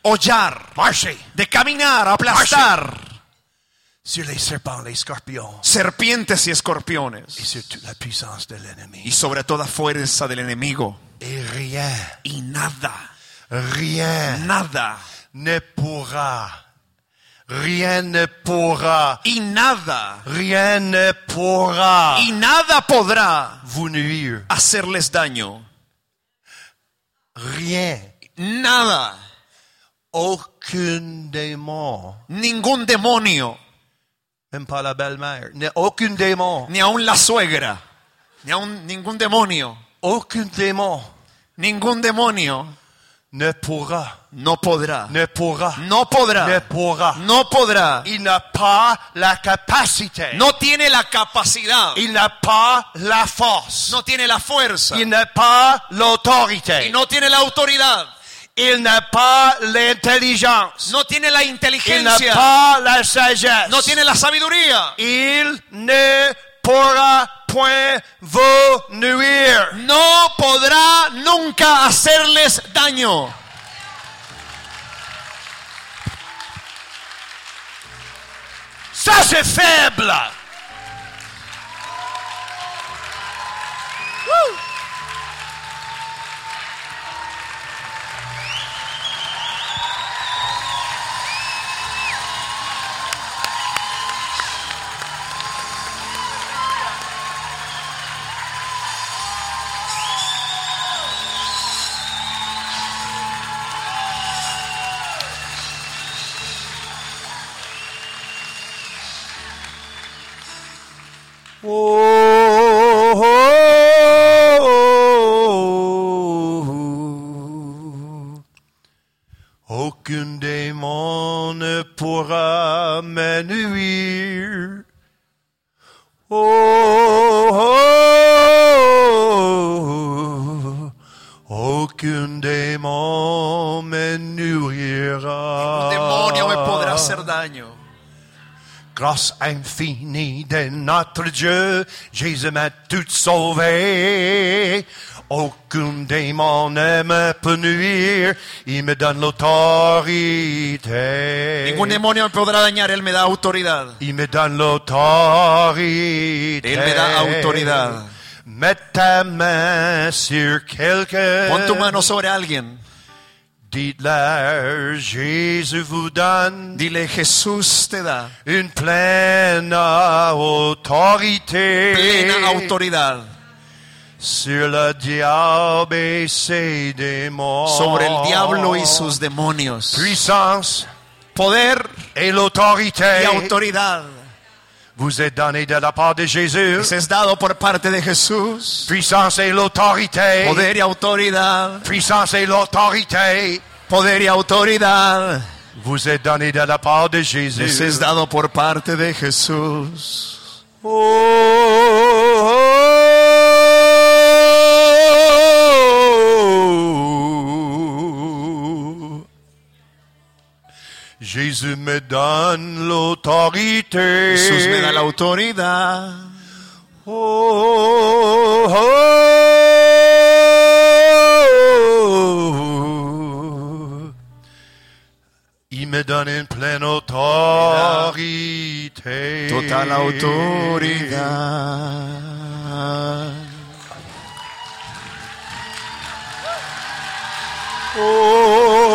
Speaker 2: hollar,
Speaker 7: marcher
Speaker 2: de caminar, aplastar
Speaker 7: sur les serpents, les scorpions
Speaker 2: serpientes y
Speaker 7: et
Speaker 2: escorpiones
Speaker 7: sur toute la puissance de
Speaker 2: y
Speaker 7: l'ennemi.
Speaker 2: sobre toda fuerza del enemigo.
Speaker 7: Et rien,
Speaker 2: Y nada,
Speaker 7: rien
Speaker 2: nada,
Speaker 7: ne pourra, rien ne pourra,
Speaker 2: y nada,
Speaker 7: rien ne pourra
Speaker 2: y nada podrá
Speaker 7: vous nuire.
Speaker 2: hacerles daño.
Speaker 7: Rien,
Speaker 2: Nada,
Speaker 7: aucun démon,
Speaker 2: ningún demonio,
Speaker 7: même pas la belle-mère, n'a- aucun démon,
Speaker 2: ni aun la suegra, ni aun ningún demonio,
Speaker 7: aucun démon
Speaker 2: ningún demonio
Speaker 7: ne pourra,
Speaker 2: no podrá,
Speaker 7: ne pourra,
Speaker 2: no
Speaker 7: ne
Speaker 2: podrá,
Speaker 7: pourra.
Speaker 2: no podrá,
Speaker 7: Il n'a pas la capacité.
Speaker 2: no tiene la capacidad,
Speaker 7: Il n'a pas la force.
Speaker 2: no tiene la fuerza,
Speaker 7: Il n'a pas
Speaker 2: y
Speaker 7: l'autorité.
Speaker 2: no tiene la autoridad,
Speaker 7: Il n'a pas l'intelligence.
Speaker 2: no tiene la
Speaker 7: Il n'a
Speaker 2: inteligencia,
Speaker 7: pas la sagesse.
Speaker 2: no tiene la sabiduría,
Speaker 7: Il ne pourra point vous nuire.
Speaker 2: no podrá nunca hacerles daño.
Speaker 7: Ça, c'est faible. Aucun démon ne pourra me nuire. Oh, oh, oh. aucun démon me
Speaker 2: Un
Speaker 7: nourrira.
Speaker 2: demonio me podrá hacer daño.
Speaker 7: Grâce infinie de notre Dieu, Jésus m'a tout sauvé. Aucun démon ne me peut nuire, il me donne l'autorité.
Speaker 2: Ningún demonio me podrá dañar, Él me da autoridad.
Speaker 7: Il me donne l'autorité.
Speaker 2: Él me da autoridad.
Speaker 7: Mets ta main sur quelqu'un.
Speaker 2: Pon tu mano sobre alguien.
Speaker 7: Dites-leur, Jésus vous donne
Speaker 2: Dile, Jesús te da
Speaker 7: une pleine autorité.
Speaker 2: plena autoridad
Speaker 7: Sur le diable et ses démons.
Speaker 2: sobre el diablo y sus demonios.
Speaker 7: Puissance
Speaker 2: Poder
Speaker 7: et l'autorité.
Speaker 2: y autoridad
Speaker 7: Vous est donné de la part de Jésus.
Speaker 2: les es dado por parte de Jesús.
Speaker 7: Puissance et l'autorité.
Speaker 2: Poder y autoridad,
Speaker 7: Puissance et l'autorité
Speaker 2: poder y autoridad
Speaker 7: vous est donné de la part de
Speaker 2: les
Speaker 7: Jésus.
Speaker 2: es dado por parte de Jesús.
Speaker 7: Oh, oh, oh. Jésus me donne l'autorité.
Speaker 2: Jesús me da la autoridad.
Speaker 7: Oh, oh, oh. Il me donne une pleine
Speaker 2: autoridad.
Speaker 7: Oh, Oh.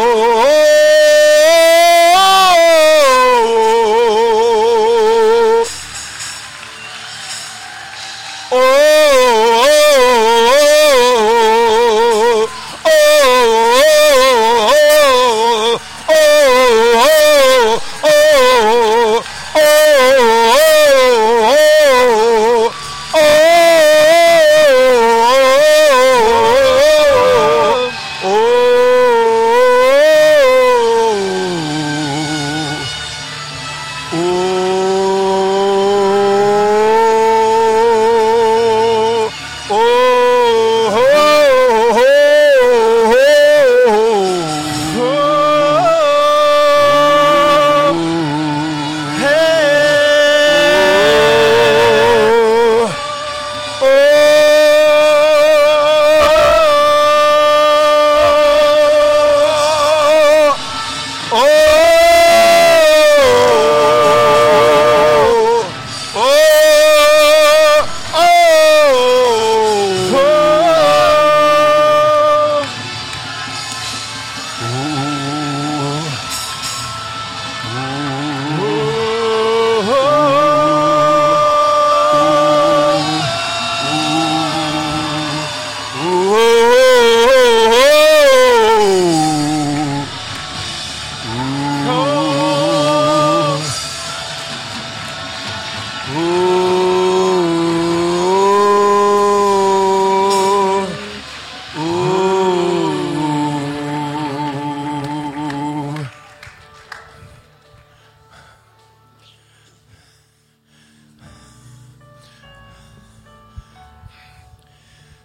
Speaker 7: Oh. Oh.
Speaker 1: Oh!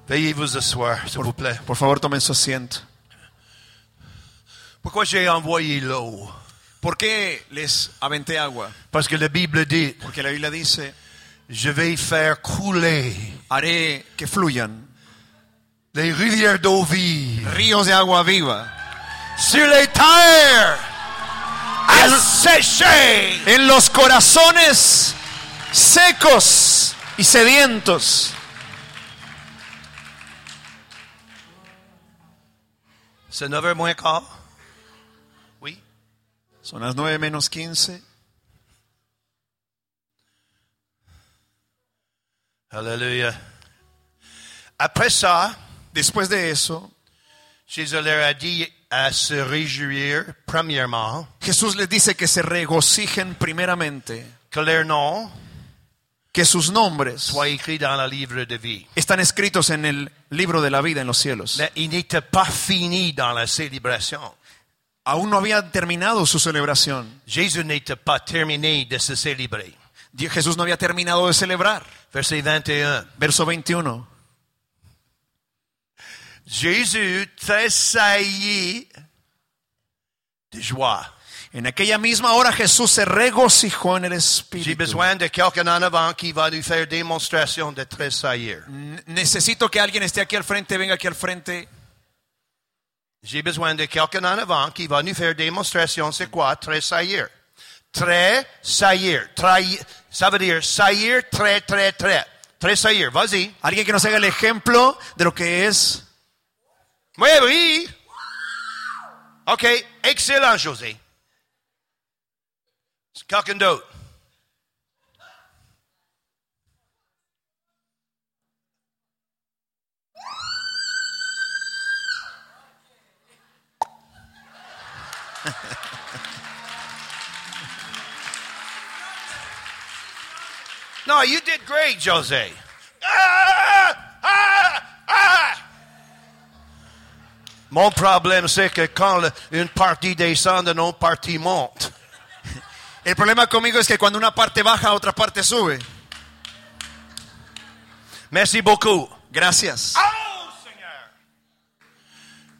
Speaker 1: Veuillez vous asseoir, s'il vous plaît.
Speaker 2: Por favor, tomen su asiento.
Speaker 1: Pourquoi j'ai envoyé l'eau?
Speaker 2: ¿Por qué les aventé agua?
Speaker 1: Parce que la Bible dit,
Speaker 2: Porque la Biblia dice,
Speaker 1: je vais faire couler
Speaker 2: haré que fluyan
Speaker 1: les rivières d'eau vive
Speaker 2: ríos de agua viva
Speaker 1: sur les terres asséchées.
Speaker 2: en los corazones secos y sedientos.
Speaker 1: C'est 9h moins quart? Oui.
Speaker 2: Son las 9 menos 15.
Speaker 1: Alléluia. Après ça,
Speaker 2: Después de eso,
Speaker 1: Jésus leur a dit à se réjouir, premièrement,
Speaker 2: Jesús les dice que se regocijen primeramente,
Speaker 1: que leur nom
Speaker 2: que sus nombres
Speaker 1: soit écrit dans le livre de vie.
Speaker 2: están escritos en el libro de la vida en los cielos.
Speaker 1: Mais il n'était pas fini dans la célébration.
Speaker 2: Aún no había terminado su celebración.
Speaker 1: Jésus n'était pas terminé de se célébrer.
Speaker 2: Dios- Jesús no había terminado de celebrar.
Speaker 1: Verset 21.
Speaker 2: Verso 21.
Speaker 1: Jésus tressaillit de joie.
Speaker 2: En aquella misma hora Jesús se regocijó en el
Speaker 1: J'ai
Speaker 2: Espíritu.
Speaker 1: besoin de quelqu'un en avant qui va lui faire démonstration de tressaillir.
Speaker 2: Ne- Necesito que alguien esté aquí al frente, venga aquí al frente.
Speaker 1: J'ai besoin de quelqu'un en avant qui va nous faire démonstration, c'est quoi tressaillir. Tressaillir. Trahi- Ça veut dire saillir, très, très, très. Tressaillir, vas-y.
Speaker 2: Alguien que nos haga el ejemplo de lo que es.
Speaker 1: Oui, oui. OK, excellent, José. Quelqu'un d'autre. No, you did great, Jose. Ah, ah, ah. Mon problème, c'est que quand le- une partie descend, une autre partie monte.
Speaker 2: El problema conmigo es que cuando una parte baja, otra parte sube.
Speaker 1: Merci beaucoup.
Speaker 2: Gracias.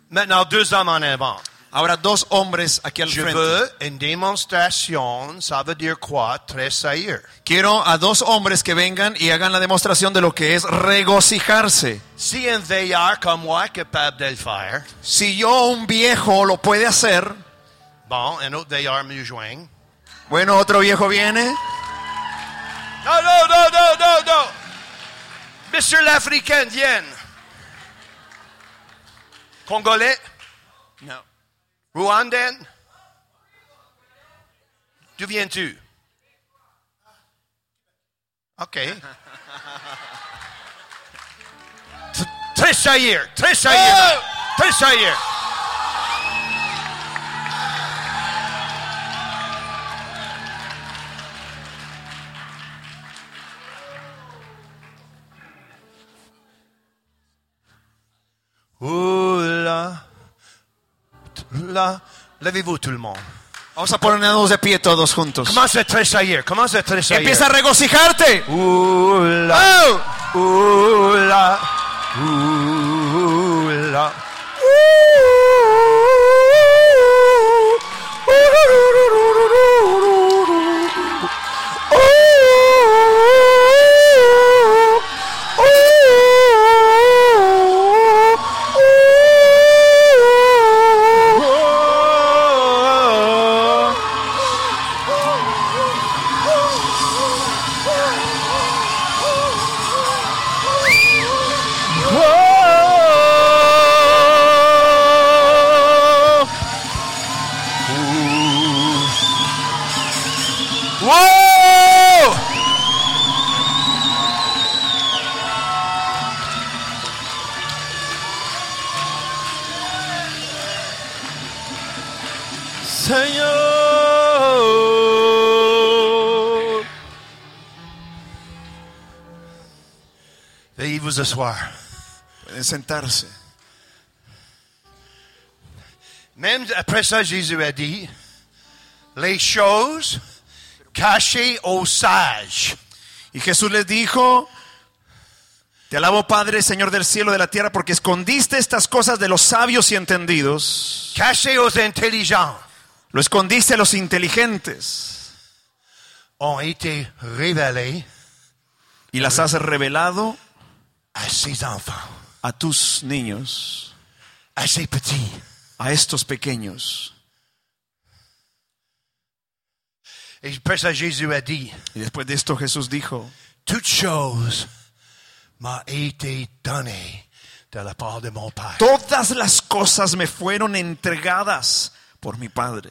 Speaker 1: Maintenant, deux hommes en avant.
Speaker 2: Ahora dos hombres aquí al
Speaker 1: Je
Speaker 2: frente.
Speaker 1: veux une démonstration, ça veut dire quoi? Tressaillir.
Speaker 2: Quiero a dos hombres que vengan y hagan la demostración de lo que es regocijarse.
Speaker 1: Si un veillard comme moi est capable de le faire,
Speaker 2: Si yo, un viejo, lo puede hacer,
Speaker 1: bon, un autre veillard me joigne.
Speaker 2: bueno, otro viejo viene. No, no, no, no, no, no. Monsieur l'Africain, viens. Congolais? No. Rwandan? D'où viens-tu? OK. T- Tressaillir, tressaillir,
Speaker 1: Oh!
Speaker 2: tressaillir.
Speaker 1: Ouh là, là, levez-vous tout le monde.
Speaker 2: Vamos a ponernos de pie todos juntos.
Speaker 1: Commence à tressaillir, commence à tressaillir.
Speaker 2: Empieza a regocijarte.
Speaker 1: Ouh là,
Speaker 2: Oh.
Speaker 1: ouh là, ouh là. Wow! Seigneur! Veuillez vous asseoir.
Speaker 2: Pueden sentarse.
Speaker 1: Même après ça, Jésus a dit, les choses cachées aux sages.
Speaker 2: Y Jesús les dijo, Te alabo Padre, Señor del cielo y de la tierra, porque escondiste estas cosas de los sabios y entendidos.
Speaker 1: Cachés aux intelligents
Speaker 2: Lo escondiste a los inteligentes
Speaker 1: ont été révélés
Speaker 2: y las has revelado
Speaker 1: à ses enfants,
Speaker 2: a tus niños,
Speaker 1: à ses petits.
Speaker 2: a estos pequeños.
Speaker 1: Et après ça, Jésus a dit,
Speaker 2: Y después de esto Jesús dijo,
Speaker 1: toute chose m'a été donnée de la part de mon Père.
Speaker 2: todas las cosas me fueron entregadas por mi Padre.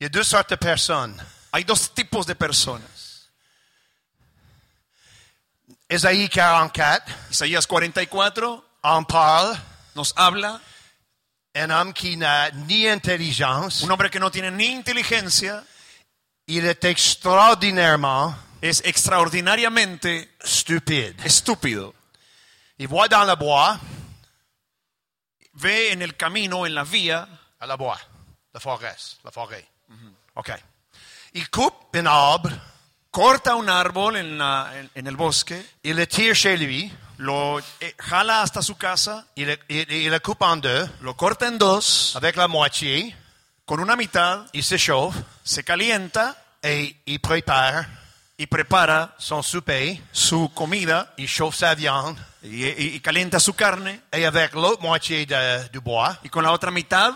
Speaker 1: Il y a deux sortes de personnes.
Speaker 2: Hay dos tipos de personas.
Speaker 1: Ésaïe 44
Speaker 2: Isaías 44
Speaker 1: en parle.
Speaker 2: nos habla,
Speaker 1: Un homme qui n'a ni intelligence,
Speaker 2: un hombre que no tiene ni inteligencia,
Speaker 1: il est extraordinairement
Speaker 2: es extraordinariamente
Speaker 1: stupide.
Speaker 2: estúpido.
Speaker 1: Il voit dans le bois,
Speaker 2: ve en el camino, en la vía,
Speaker 1: à la bois, la forêt, la forêt. OK. Il coupe un arbre,
Speaker 2: corta un árbol en, la- en- en el bosque,
Speaker 1: il le tire chez lui,
Speaker 2: lo eh, jala hasta su casa,
Speaker 1: il le- il- il le coupe en deux,
Speaker 2: lo corta en dos,
Speaker 1: avec la moitié,
Speaker 2: con una mitad,
Speaker 1: il s'échauffe
Speaker 2: se calienta
Speaker 1: et il prépare
Speaker 2: y prepara
Speaker 1: son souper,
Speaker 2: su comida
Speaker 1: il chauffe sa viande
Speaker 2: y, y- y calienta su carne
Speaker 1: et avec l'autre moitié de- du bois,
Speaker 2: y con la otra mitad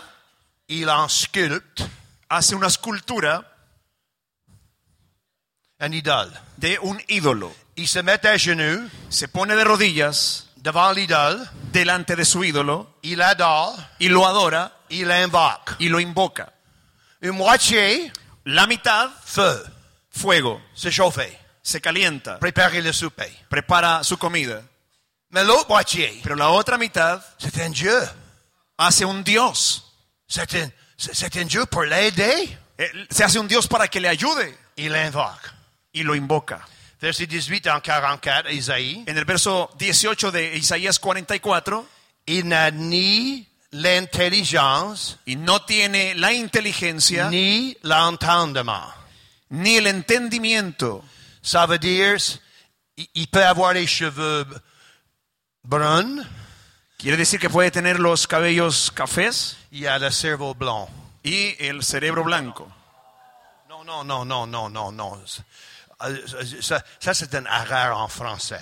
Speaker 1: il en sculpte
Speaker 2: hace una escultura
Speaker 1: un idole.
Speaker 2: de un ídolo.
Speaker 1: Il se met à genoux
Speaker 2: Se pone de rodillas
Speaker 1: devant l'idole,
Speaker 2: delante de su ídolo
Speaker 1: il adore,
Speaker 2: y lo adora
Speaker 1: il invoque.
Speaker 2: y lo invoca.
Speaker 1: Une moitié,
Speaker 2: La mitad,
Speaker 1: feu,
Speaker 2: fuego,
Speaker 1: se chauffer,
Speaker 2: se calienta,
Speaker 1: préparer le souper.
Speaker 2: prepara su comida.
Speaker 1: Mais l'autre moitié,
Speaker 2: Pero la otra mitad
Speaker 1: c'est un Dieu.
Speaker 2: hace un dios.
Speaker 1: C'est un, c'est- c'est un Dieu pour l'aider.
Speaker 2: Él Eh, se hace un dios para que le ayude
Speaker 1: Il invoque.
Speaker 2: y lo invoca.
Speaker 1: Verset 18 en 44, Isaïe.
Speaker 2: En el verso 18 de Isaías 44,
Speaker 1: Il n'a ni l'intelligence,
Speaker 2: y no tiene la inteligencia ni,
Speaker 1: ni l'entendement.
Speaker 2: el entendimiento.
Speaker 1: Ça veut dire, il- il peut avoir les cheveux bruns,
Speaker 2: Quiere decir que puede tener los cabellos cafés
Speaker 1: il a le cerveau blond.
Speaker 2: y el cerebro blanco.
Speaker 1: Non, non, non, non, non, non, non. Euh, Ça, ça, ça, c'est une erreur en français.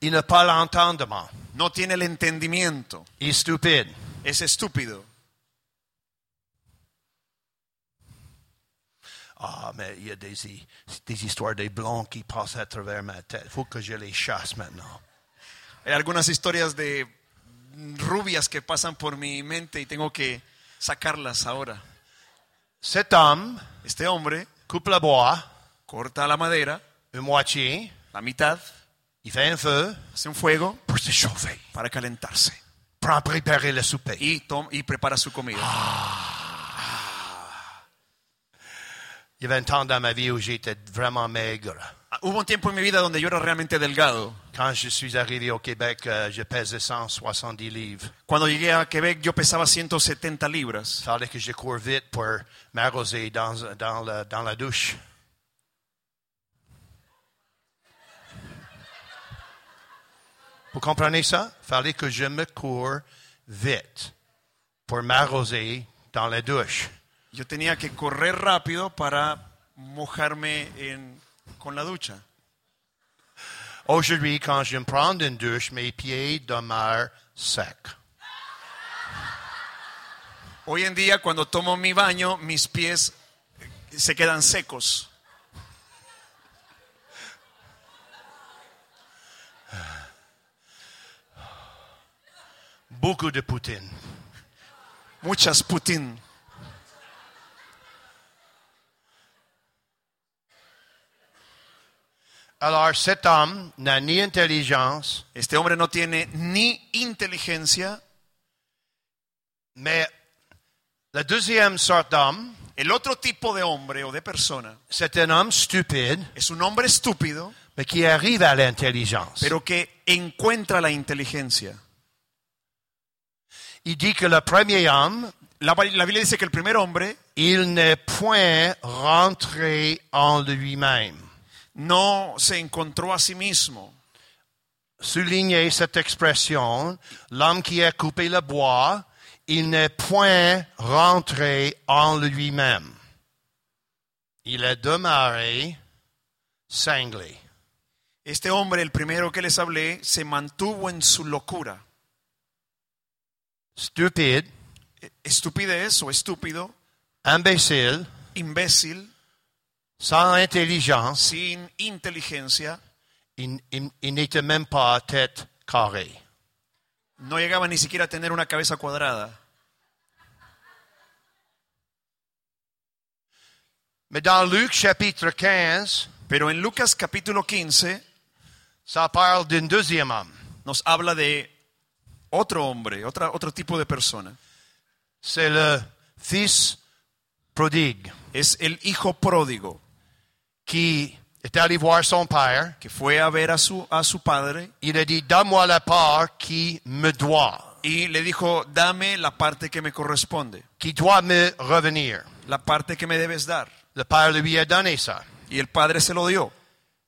Speaker 1: Il n'a pas l'entendement.
Speaker 2: no tiene el entendimiento,
Speaker 1: Il est stupide.
Speaker 2: es estúpido.
Speaker 1: Ah, mais il y a des, des histoires des blonds qui passent à travers ma tête. faut que je les chasse maintenant.
Speaker 2: Hay Eh, algunas historias de rubias que pasan por mi mente y tengo que sacarlas ahora.
Speaker 1: Cet homme
Speaker 2: Este hombre
Speaker 1: coupe le bois,
Speaker 2: corta la madera,
Speaker 1: une moitié,
Speaker 2: la mitad,
Speaker 1: il fait un feu
Speaker 2: hace un fuego
Speaker 1: pour se chauffer,
Speaker 2: para calentarse
Speaker 1: pour préparer le souper.
Speaker 2: y, tom- y prepara su comida. Ah,
Speaker 1: Il y avait un temps dans ma vie où j'étais vraiment maigre.
Speaker 2: Ah, Hubo un tiempo en mi vida donde yo era realmente delgado.
Speaker 1: Quand je suis arrivé au Québec, euh, je pesais 170 livres.
Speaker 2: Cuando llegué a Quebec yo pesaba 170 libras.
Speaker 1: Il fallait que je cours vite pour m'arroser dans, dans, la, dans la douche. Vous comprenez ça? Il fallait que je me cours vite pour m'arroser dans la douche.
Speaker 2: Yo tenía que correr rápido para mojarme en- con la ducha.
Speaker 1: Aujourd'hui, quand je me prends une douche, mes pieds demeurent secs.
Speaker 2: Hoy en día cuando tomo mi baño mis pies eh, se quedan secos.
Speaker 1: Beaucoup de poutine.
Speaker 2: Muchas Putin.
Speaker 1: Alors, cet homme n'a ni intelligence,
Speaker 2: Este hombre no tiene ni inteligencia.
Speaker 1: mais la deuxième sorte d'homme,
Speaker 2: El otro tipo de hombre o de persona
Speaker 1: c'est un homme stupide
Speaker 2: es un hombre estúpido,
Speaker 1: mais qui arrive à l'intelligence.
Speaker 2: pero que encuentra la inteligencia.
Speaker 1: Il dit que le premier homme,
Speaker 2: La, Bi- la Biblia dice que el primer hombre
Speaker 1: il n'est point rentré en lui-même.
Speaker 2: no se encontró a sí mismo.
Speaker 1: Soulignez cette expression, l'homme qui a coupé le bois, il n'est point rentré en lui-même. Il est demeuré cinglé.
Speaker 2: Este hombre, el primero que les hablé, se mantuvo en su locura.
Speaker 1: Stupide,
Speaker 2: E- Estupidez o estúpido,
Speaker 1: imbécile,
Speaker 2: imbécil,
Speaker 1: sans intelligence,
Speaker 2: sin inteligencia,
Speaker 1: il, il- il n'était même pas tête carrée.
Speaker 2: no llegaba ni siquiera a tener una cabeza cuadrada.
Speaker 1: Mais dans Luc chapitre 15,
Speaker 2: Pero en Lucas capítulo 15
Speaker 1: ça parle d'un deuxième homme.
Speaker 2: nos habla de otro hombre, otra- otro tipo de persona.
Speaker 1: C'est le fils prodigue
Speaker 2: Es el hijo pródigo
Speaker 1: qui est allé voir son père.
Speaker 2: que fue a ver a su, a su padre
Speaker 1: Il a dit, donne-moi la part qui me doit,
Speaker 2: y le dijo, dame la parte que me corresponde,
Speaker 1: qui doit me revenir.
Speaker 2: la parte que me debes dar.
Speaker 1: Le père lui a donné ça.
Speaker 2: Y el padre se lo dio.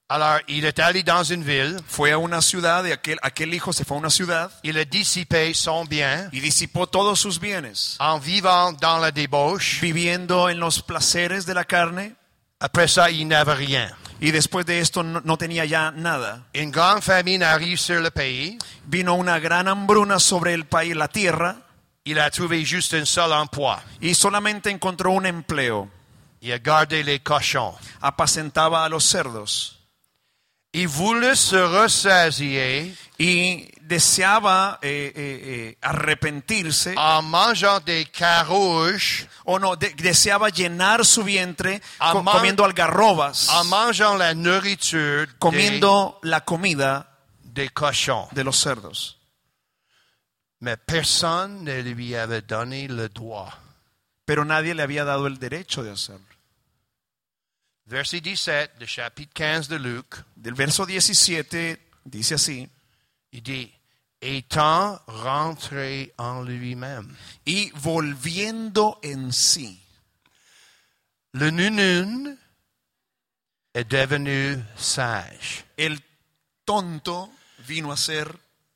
Speaker 1: Alors, il est allé dans une ville,
Speaker 2: Fue a una ciudad y aquel, aquel hijo se fue a una ciudad
Speaker 1: il a dissipé son bien
Speaker 2: y disipó todos sus bienes,
Speaker 1: en vivant dans la débauche.
Speaker 2: viviendo en los placeres de la carne
Speaker 1: Après ça, il n'avait rien.
Speaker 2: y después de esto no, no tenía ya nada.
Speaker 1: Une grande famine arrive sur le pays.
Speaker 2: Vino una gran hambruna sobre el país, la tierra,
Speaker 1: Il a trouvé juste un seul emploi.
Speaker 2: y solamente encontró un empleo.
Speaker 1: Il a gardé les cochons.
Speaker 2: apacentaba a los cerdos
Speaker 1: Il voulut se rassasier
Speaker 2: y deseaba eh, eh, eh, arrepentirse
Speaker 1: en mangeant des carouches,
Speaker 2: o no de- deseaba llenar su vientre co-
Speaker 1: Amar-
Speaker 2: comiendo algarrobas
Speaker 1: en mangeant la nourriture des-
Speaker 2: comiendo la comida
Speaker 1: des, cochons.
Speaker 2: de los cerdos
Speaker 1: Mais personne ne lui avait donné le droit.
Speaker 2: pero nadie le había dado el derecho de hacerlo
Speaker 1: Verset 17 du chapitre 15 de Luc,
Speaker 2: del verso 17 dice así
Speaker 1: il dit, étant rentré en lui-même.
Speaker 2: y volviendo en sí
Speaker 1: Le nunun est devenu sage.
Speaker 2: el tonto vino a ser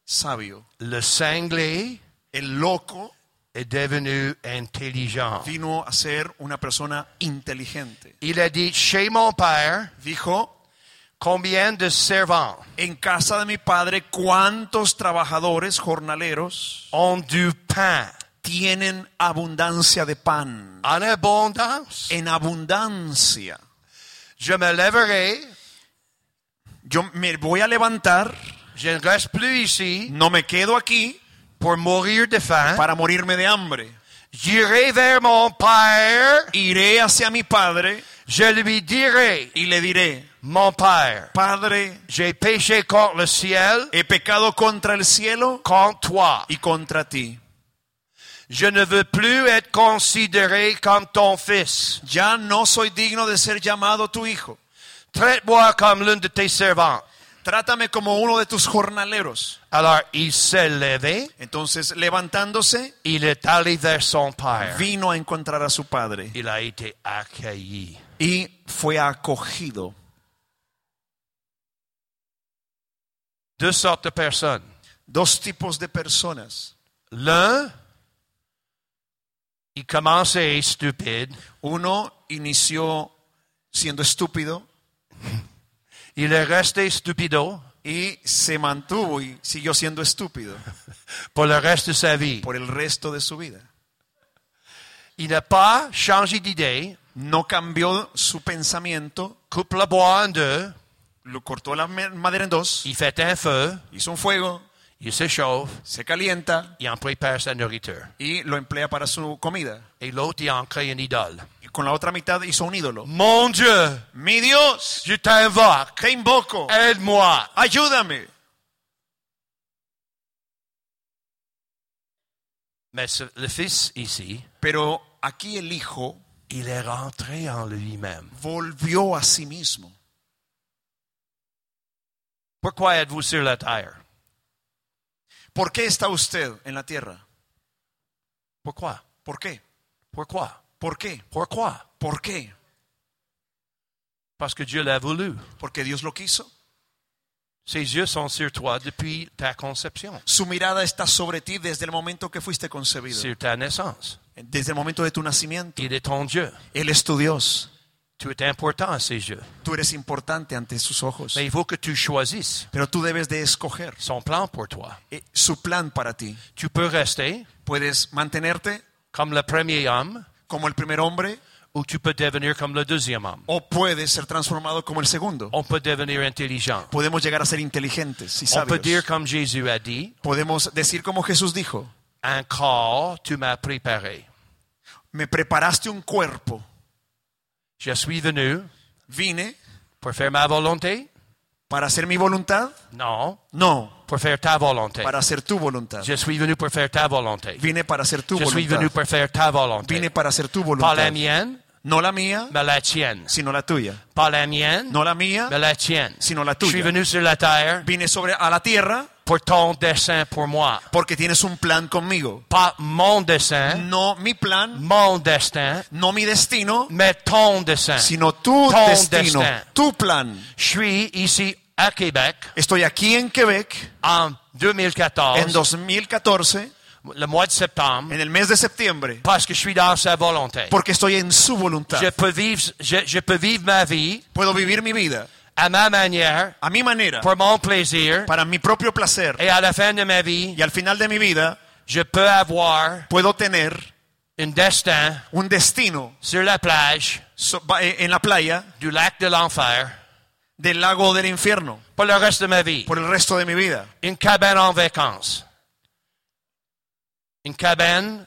Speaker 2: sabio
Speaker 1: Le cinglé
Speaker 2: el loco
Speaker 1: est devenu intelligent.
Speaker 2: vino a ser una persona inteligente
Speaker 1: Il a dit, chez mon père,
Speaker 2: dijo
Speaker 1: combien de servants
Speaker 2: En casa de mi padre, ¿cuántos trabajadores jornaleros
Speaker 1: ont du pain
Speaker 2: tienen abundancia de pan?
Speaker 1: en abondance?
Speaker 2: En abundancia.
Speaker 1: Je me lèverai,
Speaker 2: Yo me voy a levantar,
Speaker 1: je ne reste plus ici
Speaker 2: no me quedo aquí
Speaker 1: pour mourir de faim.
Speaker 2: para morirme de hambre.
Speaker 1: J'irai vers mon père,
Speaker 2: Iré hacia mi padre
Speaker 1: je lui dirai,
Speaker 2: y le diré,
Speaker 1: mon père,
Speaker 2: Padre,
Speaker 1: j'ai péché contre le ciel,
Speaker 2: he pecado contra el cielo
Speaker 1: contre toi.
Speaker 2: y contra ti.
Speaker 1: Je ne veux plus être considéré comme ton fils.
Speaker 2: Ya no soy digno de ser llamado tu hijo.
Speaker 1: Traite-moi comme l'une de tes servantes.
Speaker 2: Trátame como uno de tus jornaleros.
Speaker 1: Alors il s'est levé,
Speaker 2: Entonces, levantándose,
Speaker 1: il est allé vers son père.
Speaker 2: vino a encontrar a su padre
Speaker 1: Il a été accueilli.
Speaker 2: y fue acogido.
Speaker 1: Deux sortes de personnes.
Speaker 2: Dos tipos de personas.
Speaker 1: L'un, il commençait stupide.
Speaker 2: Uno inició siendo estúpido
Speaker 1: Il est resté stupido
Speaker 2: y se mantuvo y siguió siendo estúpido
Speaker 1: pour le reste de sa vie.
Speaker 2: por el resto de su vida.
Speaker 1: Il n'a pas changé d'idée,
Speaker 2: No cambió su pensamiento,
Speaker 1: coupe le bois en deux,
Speaker 2: lo cortó la me- madera en dos,
Speaker 1: il fait un feu,
Speaker 2: hizo un fuego,
Speaker 1: il s'échauffe,
Speaker 2: se calienta
Speaker 1: il en prépare sa nourriture.
Speaker 2: y lo emplea para su comida.
Speaker 1: Et l'autre, il en crée une idole.
Speaker 2: Y con la otra mitad hizo un ídolo.
Speaker 1: Mon Dieu,
Speaker 2: Mi Dios,
Speaker 1: je t'invoque,
Speaker 2: te invoco,
Speaker 1: aide-moi.
Speaker 2: ayúdame.
Speaker 1: Mais ce- le fils ici,
Speaker 2: Pero aquí el hijo
Speaker 1: il est rentré en lui-même.
Speaker 2: volvió a sí mismo.
Speaker 1: Pourquoi êtes-vous sur la terre?
Speaker 2: ¿Por qué está usted en la tierra?
Speaker 1: Pourquoi?
Speaker 2: ¿Por qué?
Speaker 1: Pourquoi?
Speaker 2: ¿Por qué?
Speaker 1: Pourquoi?
Speaker 2: ¿Por qué?
Speaker 1: Parce que Dieu l'a voulu.
Speaker 2: ¿Porque Dios lo quiso?
Speaker 1: Ses yeux sont sur toi depuis ta conception,
Speaker 2: Su mirada está sobre ti desde el momento que fuiste concebido,
Speaker 1: sur ta naissance.
Speaker 2: desde el momento de tu nacimiento.
Speaker 1: Il est ton Dieu.
Speaker 2: Él es tu Dios.
Speaker 1: Tu es important à ses yeux.
Speaker 2: Tú eres importante ante sus ojos.
Speaker 1: Mais il faut que tu choisisses
Speaker 2: Pero tú debes de escoger
Speaker 1: son plan pour toi.
Speaker 2: eh, su plan para ti.
Speaker 1: Tu peux rester
Speaker 2: Puedes mantenerte
Speaker 1: comme le premier homme
Speaker 2: como el primer hombre
Speaker 1: ou tu peux devenir comme le deuxième homme.
Speaker 2: o puedes ser transformado como el segundo.
Speaker 1: On peut devenir intelligent.
Speaker 2: Podemos llegar a ser inteligentes y
Speaker 1: On peut
Speaker 2: sabios.
Speaker 1: dire comme Jésus a dit,
Speaker 2: Podemos decir como Jesús dijo,
Speaker 1: un corps Oh, tu m'as préparé.
Speaker 2: me preparaste un cuerpo,
Speaker 1: Je suis venu
Speaker 2: vine
Speaker 1: pour faire ma volonté?
Speaker 2: para hacer mi voluntad,
Speaker 1: Non,
Speaker 2: no,
Speaker 1: pour faire ta volonté.
Speaker 2: para hacer tu voluntad.
Speaker 1: Je suis venu pour faire ta volonté.
Speaker 2: Vine para hacer tu
Speaker 1: Je suis venu
Speaker 2: voluntad.
Speaker 1: pour faire ta volonté.
Speaker 2: Vine para hacer tu
Speaker 1: Pas la
Speaker 2: voluntad.
Speaker 1: mienne,
Speaker 2: No la mía,
Speaker 1: mais la tienne.
Speaker 2: sino la tuya.
Speaker 1: Pas la mienne,
Speaker 2: No la mía,
Speaker 1: mais la tienne.
Speaker 2: sino la
Speaker 1: Je suis
Speaker 2: tuya.
Speaker 1: venu sur la terre
Speaker 2: Vine sobre a la tierra
Speaker 1: pour ton dessein pour moi.
Speaker 2: porque tienes un plan conmigo.
Speaker 1: Pas mon dessein,
Speaker 2: No mi plan,
Speaker 1: mon destin,
Speaker 2: no mi destino,
Speaker 1: mais ton dessein.
Speaker 2: sino tu
Speaker 1: Ton
Speaker 2: destino,
Speaker 1: destin.
Speaker 2: tu plan.
Speaker 1: Je suis ici à Québec
Speaker 2: Estoy aquí en Quebec
Speaker 1: en
Speaker 2: en
Speaker 1: 2014,
Speaker 2: 2014,
Speaker 1: le mois de septembre,
Speaker 2: en el mes de septiembre,
Speaker 1: parce que je suis dans sa volonté.
Speaker 2: porque estoy en su voluntad.
Speaker 1: Je peux vivre, je, je peux vivre ma vie
Speaker 2: Puedo vivir mi vida
Speaker 1: à ma manière,
Speaker 2: a mi manera,
Speaker 1: pour mon plaisir,
Speaker 2: para mi propio placer.
Speaker 1: et à la fin de ma vie,
Speaker 2: Y al final de mi vida
Speaker 1: je peux avoir
Speaker 2: puedo tener
Speaker 1: un destin
Speaker 2: un destino
Speaker 1: sur la plage
Speaker 2: so- ba- eh, en la playa
Speaker 1: du lac de l'enfer
Speaker 2: del lago del infierno
Speaker 1: pour le reste de ma vie.
Speaker 2: por el resto de mi vida.
Speaker 1: Une cabane en vacances. Une cabane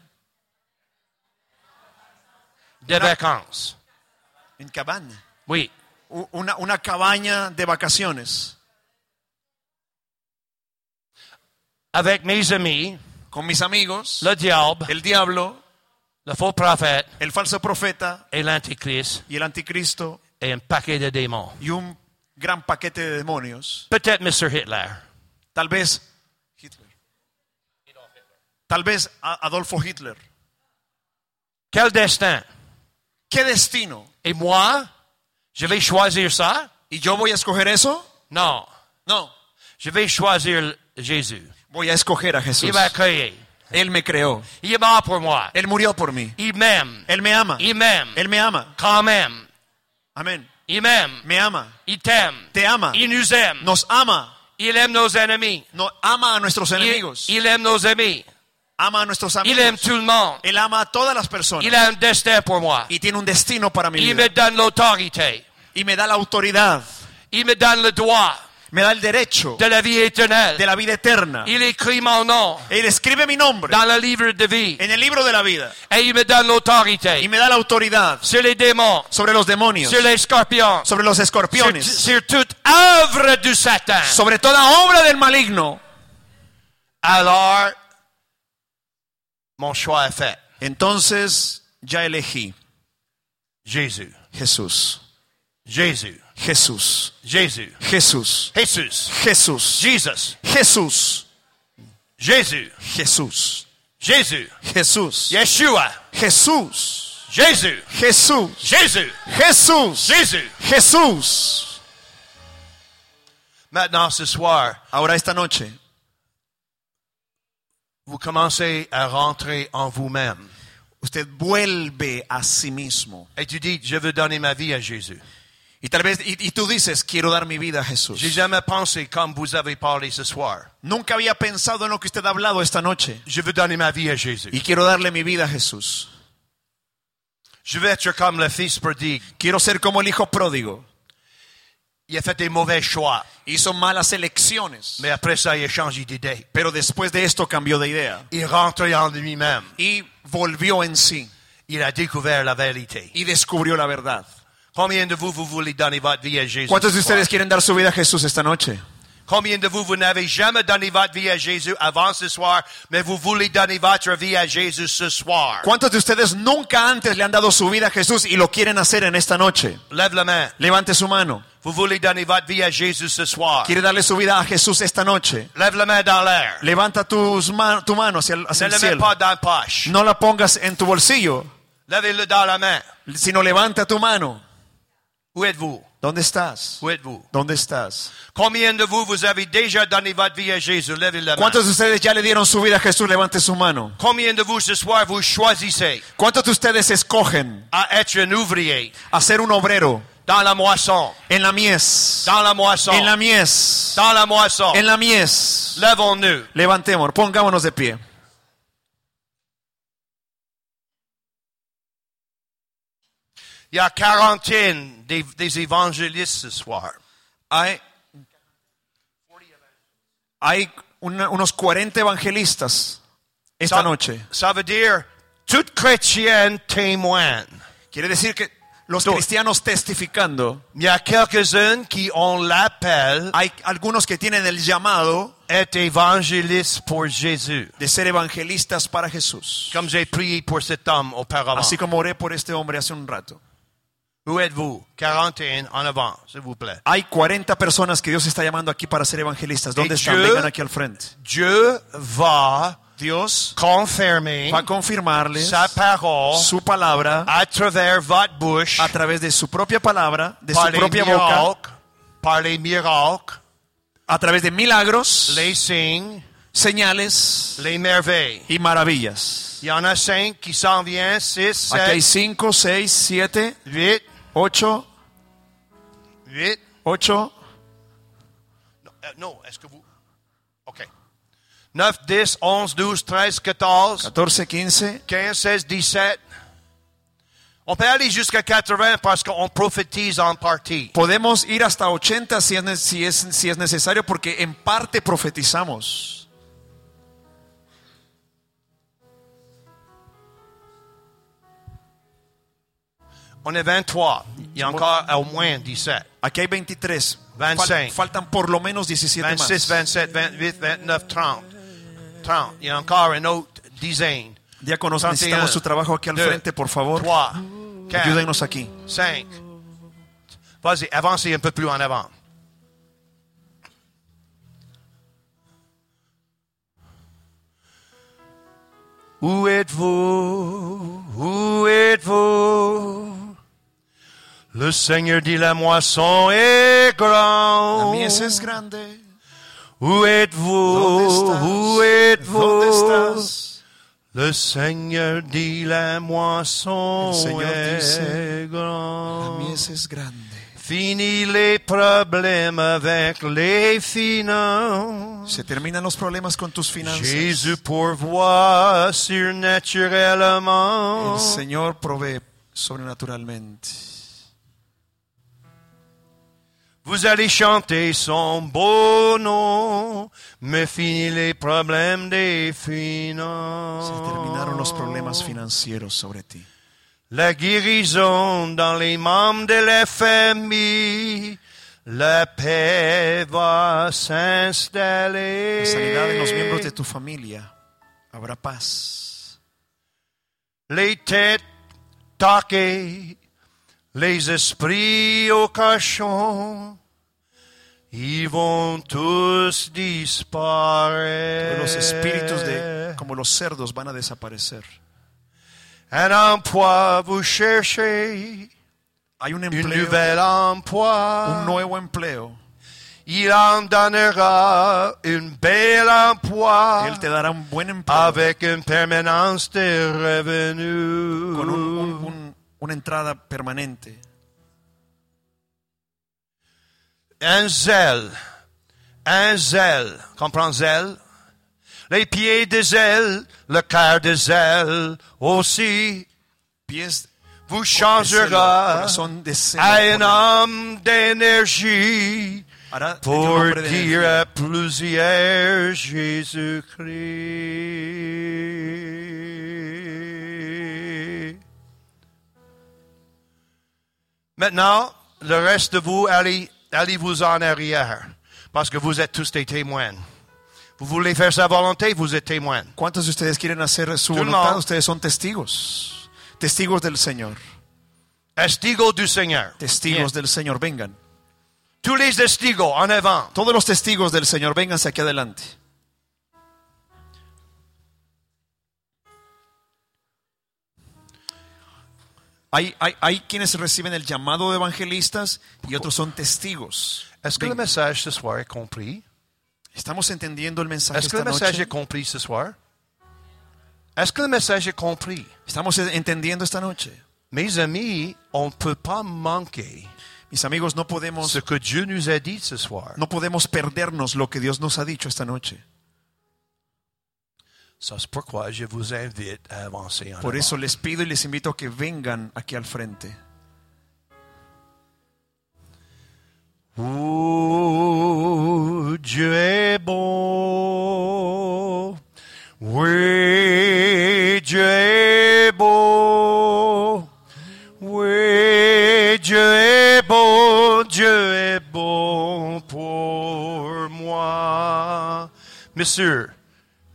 Speaker 1: de vacances.
Speaker 2: En cabana.
Speaker 1: Oui.
Speaker 2: U- Una, una cabaña de vacaciones
Speaker 1: Avec mes amis,
Speaker 2: con mis amigos,
Speaker 1: le diable,
Speaker 2: el diablo,
Speaker 1: le faux prophète
Speaker 2: el falso profeta
Speaker 1: et l'antichrist
Speaker 2: y el anticristo
Speaker 1: et un paquet de démons.
Speaker 2: y un gran paquete de demonios.
Speaker 1: Peut-être Mr. Hitler.
Speaker 2: Tal vez Hitler. Tal vez a- Adolfo Hitler.
Speaker 1: Quel destin?
Speaker 2: ¿Qué destino?
Speaker 1: Et moi, je vais choisir ça?
Speaker 2: ¿Y yo voy a escoger eso?
Speaker 1: Non.
Speaker 2: No.
Speaker 1: Je vais choisir Jésus.
Speaker 2: Voy a escoger a Jesús.
Speaker 1: Il m'a créé.
Speaker 2: Él me creó.
Speaker 1: Il est mort pour moi.
Speaker 2: Él murió por mí.
Speaker 1: Il m'aime.
Speaker 2: Él me ama.
Speaker 1: Il m'aime.
Speaker 2: Él me ama.
Speaker 1: Quand même.
Speaker 2: Amén.
Speaker 8: Il m'aime.
Speaker 2: me ama,
Speaker 8: Il t'aime.
Speaker 2: te ama,
Speaker 8: Il nous aime.
Speaker 2: nos ama,
Speaker 8: Il aime nos ennemis.
Speaker 2: no, ama a nuestros
Speaker 8: Il,
Speaker 2: enemigos,
Speaker 8: il aime nos amis.
Speaker 2: ama a nuestros
Speaker 8: Il aime
Speaker 2: amigos,
Speaker 8: tout le monde.
Speaker 2: él ama a todas las personas
Speaker 8: Il a un destin pour moi.
Speaker 2: y tiene un destino para mi
Speaker 8: Il
Speaker 2: vida
Speaker 8: me donne l'autorité.
Speaker 2: y me da la autoridad,
Speaker 8: Il me donne le droit
Speaker 2: me da el derecho
Speaker 8: de la vie
Speaker 2: de
Speaker 8: éternelle.
Speaker 2: la vida eterna.
Speaker 8: Il écrit mon nom
Speaker 2: Él escribe mi nombre
Speaker 8: dans le livre de vie
Speaker 2: en el libro de la vida
Speaker 8: et il me donne
Speaker 2: y
Speaker 8: l'autorité
Speaker 2: me da la autoridad
Speaker 8: sur les démons,
Speaker 2: sobre los demonios,
Speaker 8: sur les scorpions,
Speaker 2: sobre los
Speaker 8: sur,
Speaker 2: escorpiones,
Speaker 8: sur toute œuvre du Satan.
Speaker 2: sobre toda obra del maligno.
Speaker 8: Alors, mon choix est fait.
Speaker 2: Entonces ya elegí
Speaker 1: Jésus.
Speaker 2: Jesús,
Speaker 1: Jésus.
Speaker 2: Jesús,
Speaker 1: Jésus.
Speaker 2: Jesús,
Speaker 1: Jésus.
Speaker 2: Jesús,
Speaker 1: Jesus.
Speaker 2: Jesús,
Speaker 1: Jésus.
Speaker 2: Jesús,
Speaker 1: Jésus.
Speaker 2: Jesús,
Speaker 1: Yeshua.
Speaker 2: Jesús,
Speaker 1: Jésus.
Speaker 2: Jesús,
Speaker 1: Jésus.
Speaker 2: Jesús,
Speaker 1: Jésus.
Speaker 2: Jesús.
Speaker 1: Maintenant, ce soir,
Speaker 2: Ahora esta noche
Speaker 1: vous commencez à rentrer en vous-même.
Speaker 2: usted vuelve a sí mismo.
Speaker 1: Et tu dis, je veux donner ma vie à Jésus.
Speaker 2: Y tal vez, y, y tú dices, quiero dar mi vida a Jesús.
Speaker 1: J'ai jamais pensé comme vous avez parlé ce soir.
Speaker 2: Nunca había pensado en lo que usted ha hablado esta noche.
Speaker 1: Je veux donner ma vie à Jésus.
Speaker 2: Y quiero darle mi vida a Jesús.
Speaker 1: Je veux être comme le fils prodigue.
Speaker 2: Quiero ser como el hijo pródigo.
Speaker 1: Il a fait des mauvais choix,
Speaker 2: Hizo malas elecciones,
Speaker 1: mais après ça, il a changé d'idée.
Speaker 2: pero después de esto cambió de idea.
Speaker 1: Il est rentré en lui-même.
Speaker 2: Y volvió en sí
Speaker 1: Il a découvert la vérité.
Speaker 2: y descubrió la verdad.
Speaker 1: Combien de vous, vous voulez donner votre vie à Jésus?
Speaker 2: ¿Cuántos de
Speaker 1: ce soir?
Speaker 2: ustedes quieren dar su vida a Jesús esta noche?
Speaker 1: Combien de vous, vous n'avez jamais donné votre vie à Jésus avant ce soir, mais vous voulez donner votre vie à Jésus ce soir?
Speaker 2: ¿Cuántos de ustedes nunca antes le han dado su vida a Jesús y lo quieren hacer en esta noche?
Speaker 1: Lève la main.
Speaker 2: Levante su mano.
Speaker 1: Vous voulez donner votre vie à Jésus ce soir?
Speaker 2: ¿Quiere darle su vida a Jesús esta noche?
Speaker 1: Lève la main dans l'air.
Speaker 2: Levanta tus ma- tu mano hacia el, hacia
Speaker 1: Ne
Speaker 2: el
Speaker 1: le mets
Speaker 2: cielo.
Speaker 1: pas dans la poche.
Speaker 2: No la pongas en tu bolsillo,
Speaker 1: Levez-le dans la main.
Speaker 2: sino levanta tu mano.
Speaker 1: Où êtes-vous?
Speaker 2: ¿Dónde estás?
Speaker 1: Où êtes-vous?
Speaker 2: ¿Dónde estás?
Speaker 1: Combien de vous, vous avez déjà donné votre vie à Jésus? Levez la main.
Speaker 2: ¿Cuántos de ustedes ya le dieron su vida a Jesús? Levante su mano.
Speaker 1: Combien de vous ce soir, vous choisissez
Speaker 2: ¿Cuántos de ustedes escogen
Speaker 1: à être un ouvrier
Speaker 2: a ser un obrero
Speaker 1: dans la moisson?
Speaker 2: en la mies?
Speaker 1: Dans la moisson.
Speaker 2: En la mies.
Speaker 1: Dans la moisson.
Speaker 2: En la mies.
Speaker 1: Levons-nous.
Speaker 2: Levantemos, pongámonos de pie.
Speaker 1: Il y a quarantaine des, des évangélistes ce soir.
Speaker 2: Hay, hay una- unos 40 evangelistas esta
Speaker 1: Ça-
Speaker 2: noche.
Speaker 1: Ça veut dire, toute chrétienne témoigne.
Speaker 2: Quiere decir que los cristianos testificando,
Speaker 1: Il y a quelques-unes qui ont l'appel
Speaker 2: hay algunos que tienen el llamado
Speaker 1: être évangélistes pour Jésus.
Speaker 2: de ser evangelistas para Jesús.
Speaker 1: Comme j'ai prié pour cet homme auparavant.
Speaker 2: Así como oré por este hombre hace un rato.
Speaker 1: Où êtes-vous? Quarantaine en avant, s'il vous plaît.
Speaker 2: Hay 40 personas que Dios está llamando aquí para ser evangelistas. ¿Dónde
Speaker 1: Y
Speaker 2: están?
Speaker 1: yo-
Speaker 2: Vengan aquí al frente.
Speaker 1: Dieu va
Speaker 2: Dios
Speaker 1: confirmer
Speaker 2: va a confirmarles
Speaker 1: sa parole
Speaker 2: su palabra
Speaker 1: à travers votre bouche
Speaker 2: a través de su propia palabra, de su
Speaker 1: par les
Speaker 2: propia boca,
Speaker 1: miracles, par les miracles,
Speaker 2: a través de milagros,
Speaker 1: les signes,
Speaker 2: señales
Speaker 1: les merveilles.
Speaker 2: y maravillas.
Speaker 1: Il y en a cinq qui s'en viennent, six,
Speaker 2: Aquí hay
Speaker 1: sept,
Speaker 2: 5, 6, 7,
Speaker 1: huit,
Speaker 2: 8,
Speaker 1: huit.
Speaker 2: 8,
Speaker 1: Non, euh, non, est-ce que vous... OK. 9, 10, 11, 12, 13, 14,
Speaker 2: 14, 15,
Speaker 1: 15, 16, 17. On peut aller jusqu'à 80 parce qu'on prophétise en partie.
Speaker 2: Podemos ir hasta 80 si es, ne- si es, si es necesario porque en parte profetizamos.
Speaker 1: On est 23. Il y a encore euh, au moins 17.
Speaker 2: Aquí hay 23. Fal-
Speaker 1: 25.
Speaker 2: faltan por lo menos 17
Speaker 1: 26,
Speaker 2: más.
Speaker 1: 27, 28, 29, 30. 30. Il y a encore une autre dizaine.
Speaker 2: Diáconos,
Speaker 1: 31,
Speaker 2: necesitamos su trabajo aquí al
Speaker 1: deux,
Speaker 2: frente, por favor.
Speaker 1: 3, 4,
Speaker 2: Ayúdenos aquí.
Speaker 1: 5. Vas-y, avancez un peu plus en avant. Où êtes-vous? Où êtes-vous? Le Seigneur dit la moisson est
Speaker 2: La
Speaker 1: grande.
Speaker 2: mies es grande.
Speaker 1: Où
Speaker 2: ¿Dónde
Speaker 1: êtes-vous?
Speaker 2: estás?
Speaker 1: Où
Speaker 2: ¿Dónde
Speaker 1: êtes-vous?
Speaker 2: estás?
Speaker 1: Le Seigneur dit la moisson
Speaker 2: El Señor
Speaker 1: est
Speaker 2: dice, La
Speaker 1: grande.
Speaker 2: mies es grande.
Speaker 1: Fini les problèmes avec les finances.
Speaker 2: Se terminan los problemas con tus finanzas.
Speaker 1: Jésus pourvoit surnaturellement.
Speaker 2: El Señor provee sobrenaturalmente.
Speaker 1: Vous allez chanter son beau nom, mais fini les problèmes des finances.
Speaker 2: Se terminaron los problemas financieros sobre ti.
Speaker 1: La guérison dans les membres de la famille, la paix va s'installer.
Speaker 2: La sanidad en los miembros de tu familia. Habrá paz.
Speaker 1: Les têtes taquées, les esprits au cachon, ils vont tous disparaître.
Speaker 2: Los espíritus de como los cerdos van a desaparecer.
Speaker 1: Un emploi, vous cherchez
Speaker 2: Hay un
Speaker 1: une
Speaker 2: empleo,
Speaker 1: nouvel emploi.
Speaker 2: un nuevo empleo.
Speaker 1: Il en donnera une belle emploi
Speaker 2: Él te dará un buen empleo
Speaker 1: avec une permanence de revenus.
Speaker 2: con un- un- un- una entrada permanente.
Speaker 1: un zèle, un zèle, comprends zèle? Les pieds de zèle, le cœur de zèle aussi
Speaker 2: Pies
Speaker 1: vous
Speaker 2: de celo,
Speaker 1: changera
Speaker 2: corazón de celo,
Speaker 1: à un homme d'énergie
Speaker 2: hará de ti un
Speaker 1: pour
Speaker 2: hombre de
Speaker 1: dire
Speaker 2: energía.
Speaker 1: à plusieurs Jésus-Christ. Maintenant, le reste de vous, allez, allez vous en arrière, parce que vous êtes tous des témoins. Vous voulez faire sa volonté, vous êtes témoins.
Speaker 2: ¿Cuántos de ustedes quieren hacer su
Speaker 1: Tú no.
Speaker 2: voluntad? Ustedes son testigos. Testigos del Señor.
Speaker 1: Estigos du Seigneur.
Speaker 2: Testigos del Señor, vengan.
Speaker 1: Tous les estigos en avant.
Speaker 2: Todos los testigos del Señor, vénganse aquí adelante. Hay, hay, hay quienes reciben el llamado de evangelistas y otros son testigos.
Speaker 1: Est-ce que le
Speaker 2: Vengan.
Speaker 1: message ce soir est compris?
Speaker 2: ¿Estamos entendiendo el mensaje
Speaker 1: Est-ce que
Speaker 2: esta
Speaker 1: le message
Speaker 2: noche?
Speaker 1: est compris ce soir? Est-ce que le message est compris?
Speaker 2: ¿Estamos entendiendo esta noche?
Speaker 1: Mes amis, on ne peut pas manquer
Speaker 2: Mis amigos, no podemos,
Speaker 1: ce que Dieu nous a dit ce soir.
Speaker 2: no podemos perdernos lo que Dios nos ha dicho esta noche.
Speaker 1: Ça, c'est pourquoi je vous invite à avancer en
Speaker 2: Por
Speaker 1: avant.
Speaker 2: eso les pido y les invito a que vengan aquí al frente.
Speaker 1: Oh, Dieu est beau. Oui, Dieu est beau. Oui, Dieu est beau. Dieu est bon pour moi. Monsieur,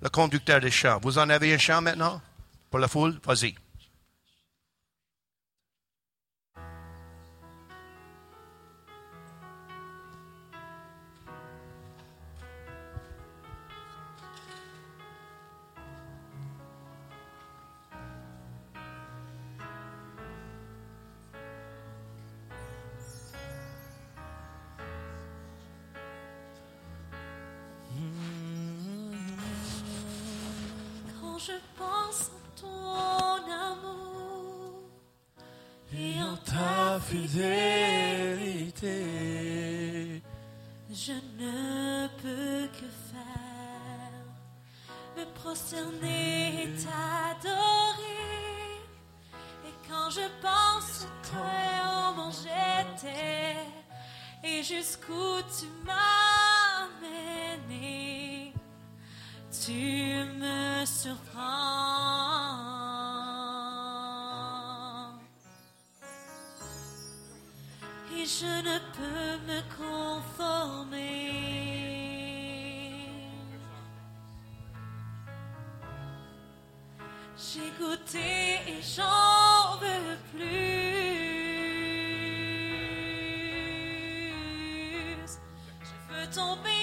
Speaker 1: le conducteur des chants, vous en avez un chant maintenant pour la foule? Vas-y.
Speaker 9: Quand je pense à ton amour et en ta fidélité, je ne peux que faire me prosterner et t'adorer. Et quand je pense à toi, oh mon j'étais, et jusqu'où tu m'as mené, tu me surprends. Et je ne peux me conformer. J'ai goûté et j'en veux plus. Je veux tomber